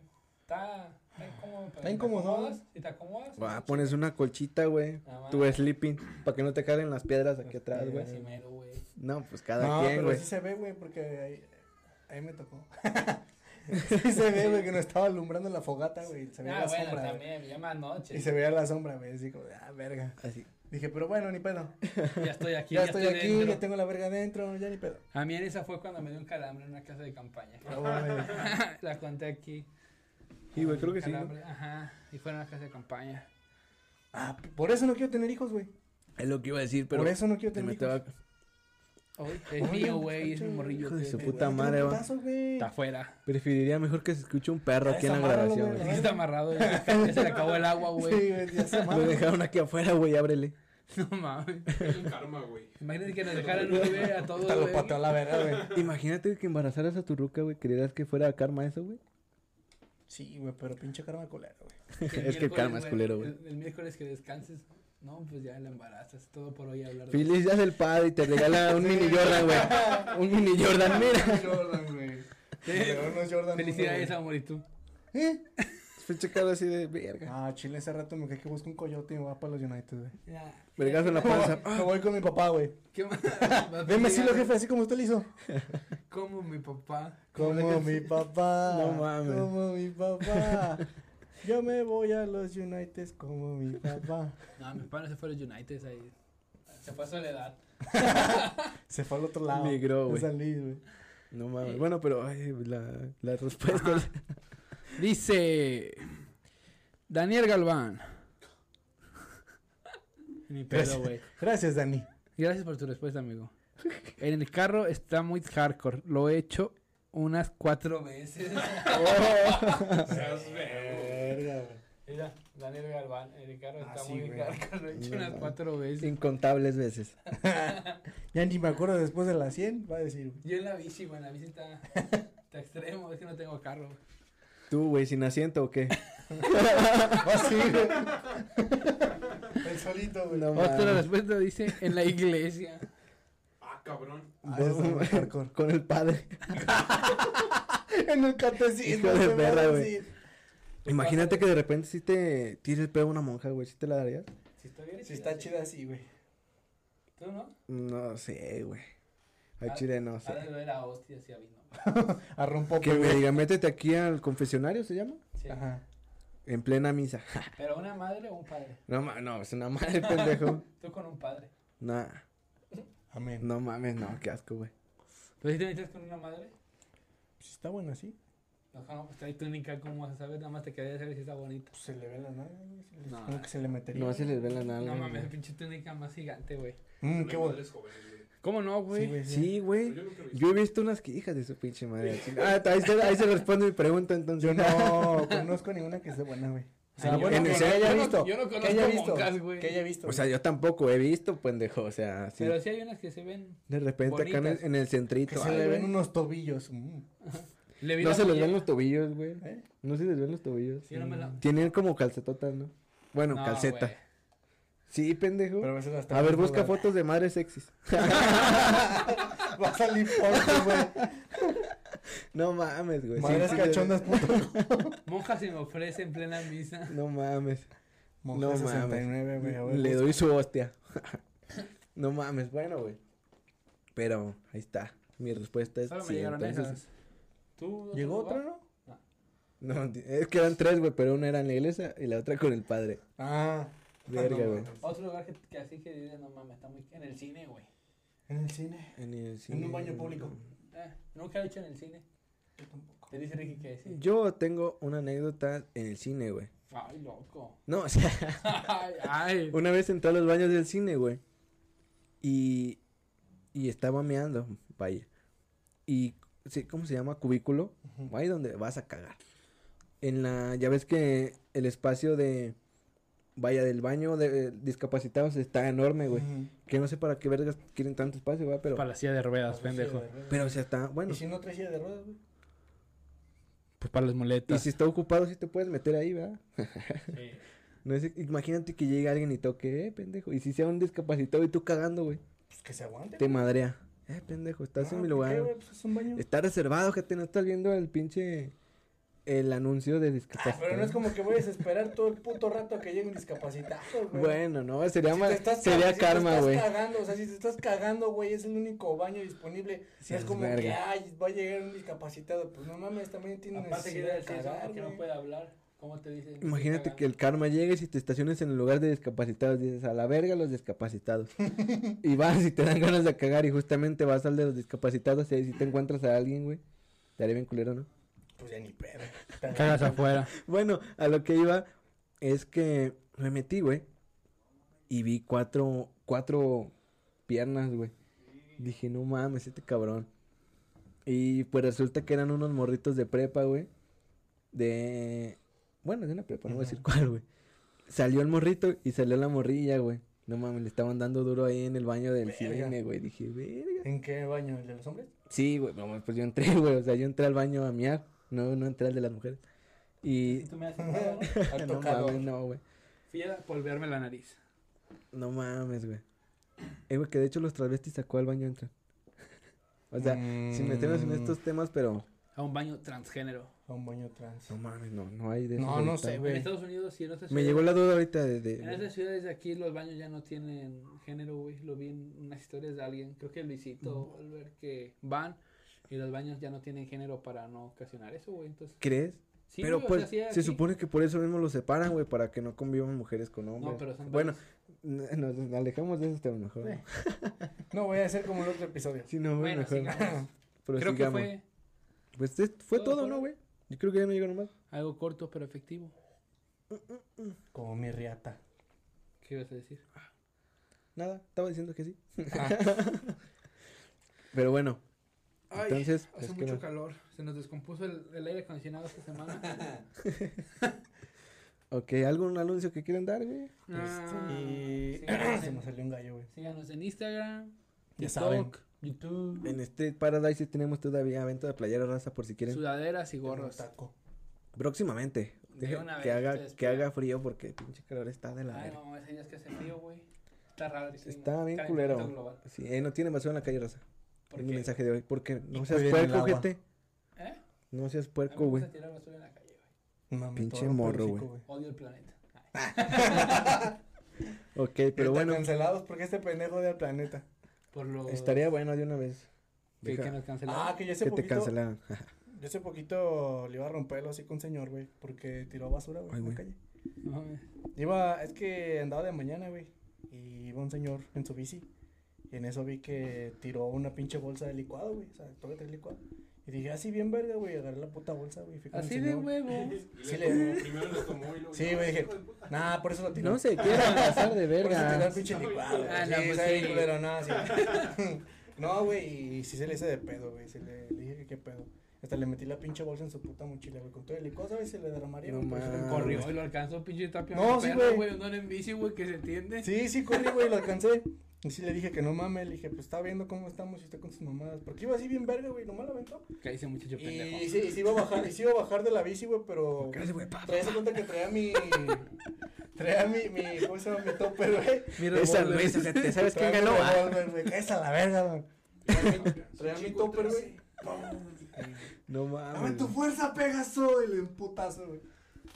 S4: Está, está incómodo. pero
S1: Está
S4: si te
S1: incómodo.
S4: acomodas, Si te acomodas. pues,
S3: Va,
S4: está
S3: pones una colchita, güey.
S4: Ah, va.
S3: Tu sleeping, para que no te caigan las piedras aquí atrás,
S4: chido,
S3: güey.
S4: así mero, güey.
S3: No, pues cada
S1: Pues, eh. No,
S3: quien,
S1: pero
S3: güey.
S1: sí se ve, güey, porque ahí, ahí me tocó. sí se ve, güey, que nos estaba alumbrando la fogata, güey. Se veía
S4: Ah,
S1: la
S4: bueno,
S1: sombra. güey.
S4: también, ya más noche.
S1: Y se veía la sombra, güey. Así como, ah, verga.
S3: Así.
S1: Dije, pero bueno, ni pedo.
S4: Ya estoy aquí,
S1: Ya, estoy aquí,
S4: dentro.
S1: ya tengo la verga adentro, ya ni pedo.
S4: A mí en esa fue cuando me dio un calambre en una casa de campaña.
S3: Ah,
S1: Pero, güey,
S4: La conté aquí.
S3: Sí, güey, creo que sí.
S4: Calambre, Ajá, y fue en una casa de campaña.
S1: ah, por eso no quiero tener hijos, güey.
S3: Es lo que iba a decir, pero
S1: Por eso no quiero
S3: te
S1: tener
S3: metaba-
S1: hijos.
S4: Hoy es mío, güey, es mi morrillo.
S3: Hijo de su
S4: fíjate,
S3: puta
S1: Eh, Güey,
S3: madre,
S1: tengo un
S3: va.
S1: putazo, güey.
S4: Está afuera.
S3: Preferiría mejor que se escuche un perro
S1: Ya
S3: aquí en la
S1: desamárralo,
S3: grabación,
S1: güey.
S3: güey.
S4: Sí, Está amarrado, ya, ya se le acabó el agua, güey.
S1: Sí, güey, ya se
S3: Lo dejaron aquí afuera, güey, ábrele.
S4: No mames.
S2: Es el karma, güey.
S4: Imagínate que nos dejaran un bebé a todos.
S1: Hasta lo
S4: güey.
S1: pateó a la verga, güey.
S3: Imagínate que embarazaras a tu ruca, güey. ¿Querías que fuera karma eso, güey?
S1: Sí, güey, pero pinche karma culera, güey.
S4: el
S3: Es que
S4: miércoles,
S3: karma es culero, güey.
S4: El, el miércoles que descanses, no, pues ya la embarazas. Todo por hoy hablar. de-
S3: Feliz día del padre y te regala un mini Jordan, güey. Un mini Jordan, mira.
S1: Jordan, güey. Pero no es Jordan.
S4: Felicidades,
S1: uno,
S4: amor, y tú.
S1: güey. ¿Eh?
S3: Fue checado así de verga.
S1: Ah, chile, ese rato me cae que busco un coyote y me va para los United, güey.
S4: Ya,
S3: Vergazo en la panza.
S1: Me voy con mi papá, güey.
S4: ¿Qué más? Vas a
S1: Deme así lo
S4: llegar,
S1: jefe, así como usted lo hizo.
S4: Como mi papá.
S1: Como mi papá.
S3: No mames.
S1: Como mi papá. Yo me voy a los United como mi papá.
S4: No, mi papá no se fue a los United ahí. Se fue a Soledad.
S1: Se fue al otro lado.
S3: Migró,
S1: Es
S3: güey.
S1: San Luis, güey.
S3: No mames. Bueno, pero ay, la, la respuesta.
S9: Dice. Daniel Galván.
S4: Ni
S1: Gracias.
S4: pedo, güey.
S1: Gracias, Dani.
S9: Gracias por tu respuesta, amigo. En el carro está muy hardcore. Lo he hecho unas cuatro
S4: Cuatro veces.
S2: Seas verbo.
S1: Verga, güey.
S4: Mira, Daniel Galván, el carro está
S1: Ah, sí,
S4: muy
S1: güey.
S4: cargado. Lo he hecho
S3: No,
S4: unas
S3: no.
S4: cuatro veces.
S3: Incontables veces.
S1: Ya ni me acuerdo después de las 100, va a decir, güey.
S4: Yo en la bici, güey, en la bici está, está extremo. Es que no tengo carro.
S3: ¿Tú, güey, sin asiento o qué?
S1: Así, Ah, güey. El solito, güey.
S3: No
S9: Otra
S3: mames.
S9: respuesta dice: En la iglesia.
S2: Ah, cabrón.
S1: Ah, eso está muy hardcore.
S3: Con el padre.
S1: en el catecismo.
S3: Hijo de
S1: se va a
S3: perra, güey.
S1: decir.
S3: Imagínate que de repente si te tires el pedo a una monja, güey. ¿Sí te la darías?
S4: Si está bien.
S1: Sí, está chida así, güey.
S4: ¿Tú no?
S3: No sé, güey. Al
S4: Ah,
S3: chile no
S4: Ahora
S3: sé.
S4: lo era hostia, así vino.
S1: Arra un poco,
S3: Que me
S1: güey.
S3: diga, métete aquí al confesionario, ¿se llama?
S4: Sí.
S1: Ajá.
S3: En plena misa.
S4: Pero una madre o un padre.
S3: No, ma- no, es una madre, pendejo.
S4: Tú con un padre.
S3: Nah,
S1: Amén.
S3: no mames, no, qué asco, güey.
S4: ¿Pero si te metes con una madre?
S1: Pues está bueno así.
S4: No, no, pues ahí tú ni ca- cómo vas a saber. Nada más te quería saber si está bonita.
S1: Pues se le ve la nada, güey. se le-
S4: No.
S1: Como que se le metería.
S3: No se les ve la nalga.
S4: No mames,
S3: güey.
S4: pinche túnica más gigante, güey.
S1: Mm, qué
S2: Las
S1: bueno.
S2: madres jóvenes, güey.
S9: ¿Cómo no, güey?
S1: Sí, güey. sí.
S3: Sí, güey.
S2: Yo nunca lo hice.
S3: Yo he visto unas que hijas de su pinche madre. al chile. Ah, ahí se, ahí se responde mi pregunta, entonces.
S1: Yo no conozco ninguna que esté buena, güey. O sea,
S4: Ay,
S1: Ah,
S4: yo
S1: bueno,
S3: no-
S1: que
S3: en
S1: que
S3: serio,
S1: haya
S4: yo no-
S1: visto.
S4: yo no
S1: que
S4: conozco
S1: haya visto.
S4: monjas, güey.
S1: Que haya visto.
S3: O sea, yo tampoco he visto, pendejo. O sea, sí.
S4: Pero sí hay unas que se ven.
S3: De repente acá en el,
S4: Bonitas.
S3: en el
S1: que
S3: centrito.
S1: se
S3: ay,
S1: le ven
S3: güey.
S1: unos tobillos. mm.
S4: Le vi
S3: No
S4: la
S3: se les
S4: muñeca.
S3: ven los tobillos, güey.
S1: ¿Eh?
S3: No se les ven los tobillos.
S4: Sí, no me la-
S3: Tienen como calcetotas, ¿no? Bueno,
S4: No,
S3: calceta.
S4: güey.
S3: Sí, pendejo.
S1: Pero a veces hasta
S3: A ver,
S1: mismo,
S3: busca
S1: güey.
S3: fotos de madres sexys.
S1: Va a salir porno, güey.
S3: No mames, güey. sí,
S1: Madres
S3: sí,
S1: cachondas, puto.
S4: Monja se me ofrece en plena misa.
S3: No mames.
S1: Monja
S3: mames.
S1: 69, güey. a ver,
S3: Le
S1: busca.
S3: doy su hostia. no mames, bueno, güey. Pero ahí está. Mi respuesta es
S4: Solo
S3: sí,
S4: me llegaron
S3: entonces-
S4: esas. ¿Tú,
S1: ¿Llegó
S4: otro
S1: otra,
S4: lugar?
S1: no?
S3: No, es que eran tres, güey, pero una era en la iglesia y la otra con el padre.
S1: Ah,
S3: Verga, güey.
S4: Otro lugar que, que así que dices, no mames, está muy... En el cine, güey.
S1: en el cine.
S3: En, el
S1: En
S3: cine,
S1: un baño
S3: güey.
S1: público.
S4: Eh, nunca lo he hecho en el cine.
S1: Yo tampoco.
S4: Te dice Ricky que sí.
S3: Yo tengo una anécdota en el cine, güey.
S4: Ay, loco.
S3: No, o sea,
S4: Ay, ay.
S3: una vez entré a los baños del cine, güey. Y, y estaba meando, vaya. Y, sí, ¿cómo se llama? Cubículo. Ahí donde vas a cagar. En la, ya ves que el espacio de, vaya, del baño de discapacitados está enorme, güey. Que no sé para qué vergas quieren tanto espacio, güey, pero,
S10: Para la silla de
S1: Pues,
S10: ruedas, pendejo.
S3: pero o sea, está, bueno.
S1: ¿Y si no traes silla de ruedas, güey?
S10: Pues para las
S3: Y
S10: muletas.
S3: si está ocupado, sí te puedes meter ahí, ¿verdad? No es, imagínate que llegue alguien y toque, eh, pendejo. Y si sea un discapacitado y tú cagando, güey.
S1: Pues que se aguante.
S3: Te madrea. Eh, pendejo, estás
S1: Ah,
S3: en mi
S1: ¿por
S3: lugar.
S1: qué,
S3: güey.
S1: güey? Pues es un baño.
S3: Está reservado, gente. No estás viendo el pinche. El anuncio de discapacitado.
S1: Pero no es como que voy a desesperar todo el puto rato que llegue un discapacitado, güey.
S3: Bueno, no, sería,
S1: Si
S3: ma-
S1: te estás-
S3: sería
S1: si te
S3: karma,
S1: estás
S3: güey.
S1: cagando, o sea, si te estás cagando, güey, es el único baño disponible.
S3: Sí,
S1: es
S3: es
S1: como que,
S3: verga.
S1: ay, va a llegar un discapacitado. Pues no mames, también tiene
S4: Aparte que
S1: necesidad de
S4: decir eso,
S1: cagar,
S4: porque no
S1: güey.
S4: puede hablar. ¿Cómo te dicen?
S3: Imagínate que el karma llegue y te estaciones en el lugar de discapacitados. Dices, a la verga los discapacitados. y vas y te dan ganas de cagar. Y justamente vas al de los discapacitados. Y ahí si te encuentras a alguien, güey. Estaría bien culero, ¿no?
S1: Pues ya ni pedo.
S10: Cagas afuera.
S3: Bueno, a lo que iba es que me metí, güey. Y vi cuatro, cuatro piernas, güey. Dije, no mames, este cabrón. Y pues resulta que eran unos morritos de prepa, güey. De... Bueno, de una prepa, no voy a decir cuál, güey. Salió el morrito y salió la morrilla, güey. No mames, le estaban dando duro ahí en el baño del
S1: Verga.
S3: cine, güey. Dije, verga.
S1: ¿En qué baño? ¿El de los hombres?
S3: Sí, güey, no, pues yo entré, güey. O sea, yo entré al baño a miar. No, no entré al de las mujeres. Y...
S4: Tú me has sentado, ¿no?
S1: Al
S3: No
S1: tocador.
S3: mames, no, güey.
S4: Fui a polverme la nariz.
S3: No mames, güey. Eh, güey, que de hecho los travestis sacó al baño entran. O sea, sin meternos en
S1: Mm.
S3: estos temas, pero.
S4: A un baño transgénero.
S1: A un baño trans.
S3: No mames, no, no hay de
S1: No,
S3: esos
S1: no
S3: ahorita.
S1: sé,
S4: En
S1: güey.
S4: Estados Unidos y en otras
S3: Me
S4: ciudades-
S3: llegó la duda ahorita de. de-
S4: En otras ciudades de aquí los baños ya no tienen género, güey. Lo vi en unas historias de alguien, creo que Luisito, al ver que van y los baños ya no tienen género para no ocasionar eso, güey. Entonces,
S3: ¿Crees?
S4: sí,
S3: pero
S4: güey, o
S3: pues,
S4: sea, sí,
S3: se
S4: aquí-
S3: supone que por eso mismo los separan, güey, para que no convivan mujeres con hombres.
S4: No, pero son
S3: bueno,
S4: baños-
S3: n- nos alejamos de esos temas mejor. ¿no?
S1: No voy a hacer como el otro episodio.
S3: Sí, no, güey,
S4: bueno,
S3: mejor.
S4: sigamos. Creo que
S3: Prosigamos.
S4: fue
S3: Pues es- fue
S4: Todo
S3: todo,
S4: fue-
S3: ¿no, güey? Yo creo que ya me llegó nomás.
S4: algo corto pero efectivo.
S1: Como mi riata.
S4: ¿Qué ibas a decir?
S3: Nada, estaba diciendo que sí.
S4: Ah.
S3: pero bueno, entonces. pues,
S4: Hace
S3: ¿qué
S4: mucho
S3: más?
S4: calor. Se nos descompuso el, el aire acondicionado esta semana.
S3: Ok, ¿algún anuncio que quieran dar, güey?
S4: Ah,
S1: Y
S4: síganos,
S1: Este, se me
S4: en,
S1: salió un gallo, güey.
S4: síganos en Instagram.
S1: Ya
S4: TikTok,
S1: saben.
S4: YouTube.
S3: En Street Paradise tenemos todavía venta de playera raza por si quieren.
S4: Sudaderas y gorros.
S1: Taco.
S3: Próximamente.
S4: De
S3: Dejen
S4: una
S3: que
S4: vez,
S3: haga,
S4: ustedes
S3: que haga
S4: pidan.
S3: frío porque pinche calor está de la
S4: Ay,
S3: verga.
S4: no, ese día es que hace frío, güey. Está raro. el clima.
S3: Está bien
S4: Calentamiento
S3: culero.
S4: global.
S3: Sí, eh, no tiene basura en la calle raza.
S4: ¿Por
S3: es
S4: qué?
S3: el mensaje de hoy. Porque no
S1: Y
S3: seas
S1: cuiden el
S3: puerco,
S1: agua.
S3: gente.
S4: ¿Eh?
S3: No seas
S4: A mí me
S3: puerco, güey.
S4: gusta tirar basura en la calle, güey.
S1: Mami,
S3: Pinche
S1: todo
S3: morro,
S1: perrocico,
S3: güey.
S4: Odio el planeta. Ay.
S3: Ok,
S1: Pero
S3: pero bueno,
S1: cancelados porque este pendejo de al planeta.
S4: Por lo
S3: estaría bueno de una vez.
S4: que,
S3: Deja-
S4: que nos cancelaron.
S1: Ah, que yo
S3: que
S1: hace
S3: te
S1: poquito.
S3: cancelaran.
S1: Yo hace poquito le iba a romperlo así con un señor, güey. Porque tiró basura, güey,
S3: Ay,
S1: en la
S3: güey.
S1: calle.
S4: No mames.
S1: Iba, es que andaba de mañana, güey. Y iba un señor en su bici. Y en eso vi que tiró una pinche bolsa de licuado, güey. O sea, todo el licuado. Y dije, así bien verga, güey. Agarré la puta bolsa, güey. y fui con el
S4: Así de
S1: señor.
S4: huevo.
S1: Sí
S2: Sí,
S1: le-
S2: Primero lo tomó y luego.
S1: Sí, güey, dije, nah, por eso lo tiró.
S3: No se quieran pasar de
S1: Por eso tiró
S3: verga.
S1: el pinche licuado.
S4: Ah,
S1: sí,
S4: no, pues
S1: sabe,
S4: sí.
S1: culero, no, sí. No, güey, y sí se le hice de pedo, güey. Se le, le dije que qué pedo. Hasta le metí la pinche bolsa en su puta mochila, güey. Con todo el licuado, ¿sabes? Se le derramaría.
S3: No
S1: güey, por eso le-
S3: mames.
S4: Corrió y lo alcanzó pinche tapia.
S1: No, sí, güey.
S4: Andar en bici, güey, que se entiende.
S1: Sí, sí, corrí, güey, lo alcancé. Y sí le dije que no mames, le dije, pues está viendo cómo estamos y está con sus mamadas. Porque iba así bien verga, güey, nomás la aventó.
S4: Que dice muchacho pendejo.
S1: Y, sí, y sí iba a bajar, y sí iba a bajar de la bici, güey, pero.
S3: Cállate, güey, pa, pa,
S1: Traía esa cuenta que traía mi. Traía mi, mi, ¿cómo se llama? Mi topper, güey.
S11: Mira,
S3: Esa
S11: güey,
S3: Luis, ojete, ¿sabes quién
S1: Traía mi
S3: ganó? Ah,
S1: revólver, güey, cállese a la verga, güey. Traía mi topper, güey.
S3: No
S12: Dame
S4: Ah,
S3: mames.
S12: tu fuerza, Pegaso. Y le emputazo, güey.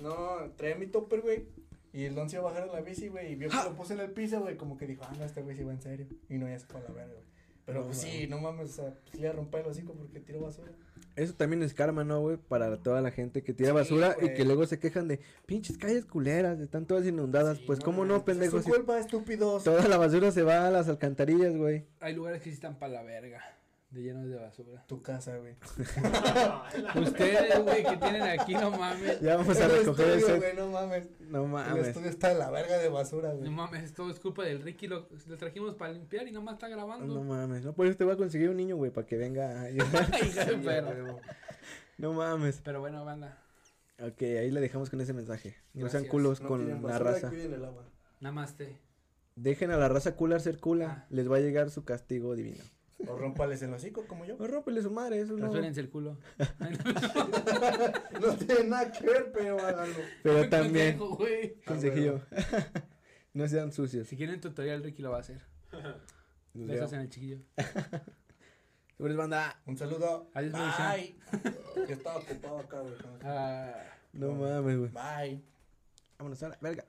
S1: No, traía mi topper, güey. Y el once iba a bajar de la bici, güey. Y vio que lo puse en el piso, güey. Como que dijo, ah, no, este güey sí va en serio. Y no, ya se fue a la verga, güey. Pero pues sí, no mames, o sea, sí le rompí el hocico porque tiró basura.
S3: Eso también es karma, ¿no, güey? Para toda la gente que tira basura y que luego se quejan de pinches calles culeras, están todas inundadas. pues, ¿cómo no, pendejos?
S1: Su culpa, estúpidos.
S3: Toda la basura se va a las alcantarillas, güey.
S4: Hay lugares que sí están para la verga, de llenos de basura.
S1: Tu casa, güey.
S4: Ustedes, güey, que tienen aquí, no mames.
S3: Ya vamos a
S1: El
S3: recoger el
S1: estudio, güey,
S3: set.
S1: no mames.
S3: No
S1: El
S3: mames.
S1: estudio está de la verga de basura,
S4: No
S1: güey.
S4: mames, esto es culpa del Ricky, lo, lo trajimos para limpiar y nomás está grabando.
S3: No mames. No, por eso te voy a conseguir un niño, güey, para que venga a ayudar.
S4: Hija de perra.
S3: No mames.
S4: Pero bueno, banda,
S3: Ok, ahí le dejamos con ese mensaje. No sean
S4: Gracias.
S3: culos
S1: No
S3: con
S1: tiren
S3: la
S1: basura,
S3: raza.
S1: Cuiden el agua.
S4: namaste.
S3: Dejen a la raza cula ser cula.
S4: Ah.
S3: Les va a llegar su castigo divino.
S1: O rompales el hocico, como yo.
S3: No rompele su madre, eso no.
S4: Rasúrense el culo.
S1: No tiene nada que ver, pero háganlo.
S3: Pero también,
S4: Pendejo,
S1: Ah,
S4: güey.
S3: consejillo. no sean sucios.
S4: Si quieren tutorial, Ricky lo va a hacer.
S3: Nos
S4: Besos
S3: vemos.
S4: en el chiquillo.
S3: Sobres, banda.
S1: Un saludo.
S4: Adiós,
S1: Bye. Yo estaba ocupado acá, güey.
S4: Ah.
S3: No mames, güey.
S1: Bye.
S3: Vámonos a la verga.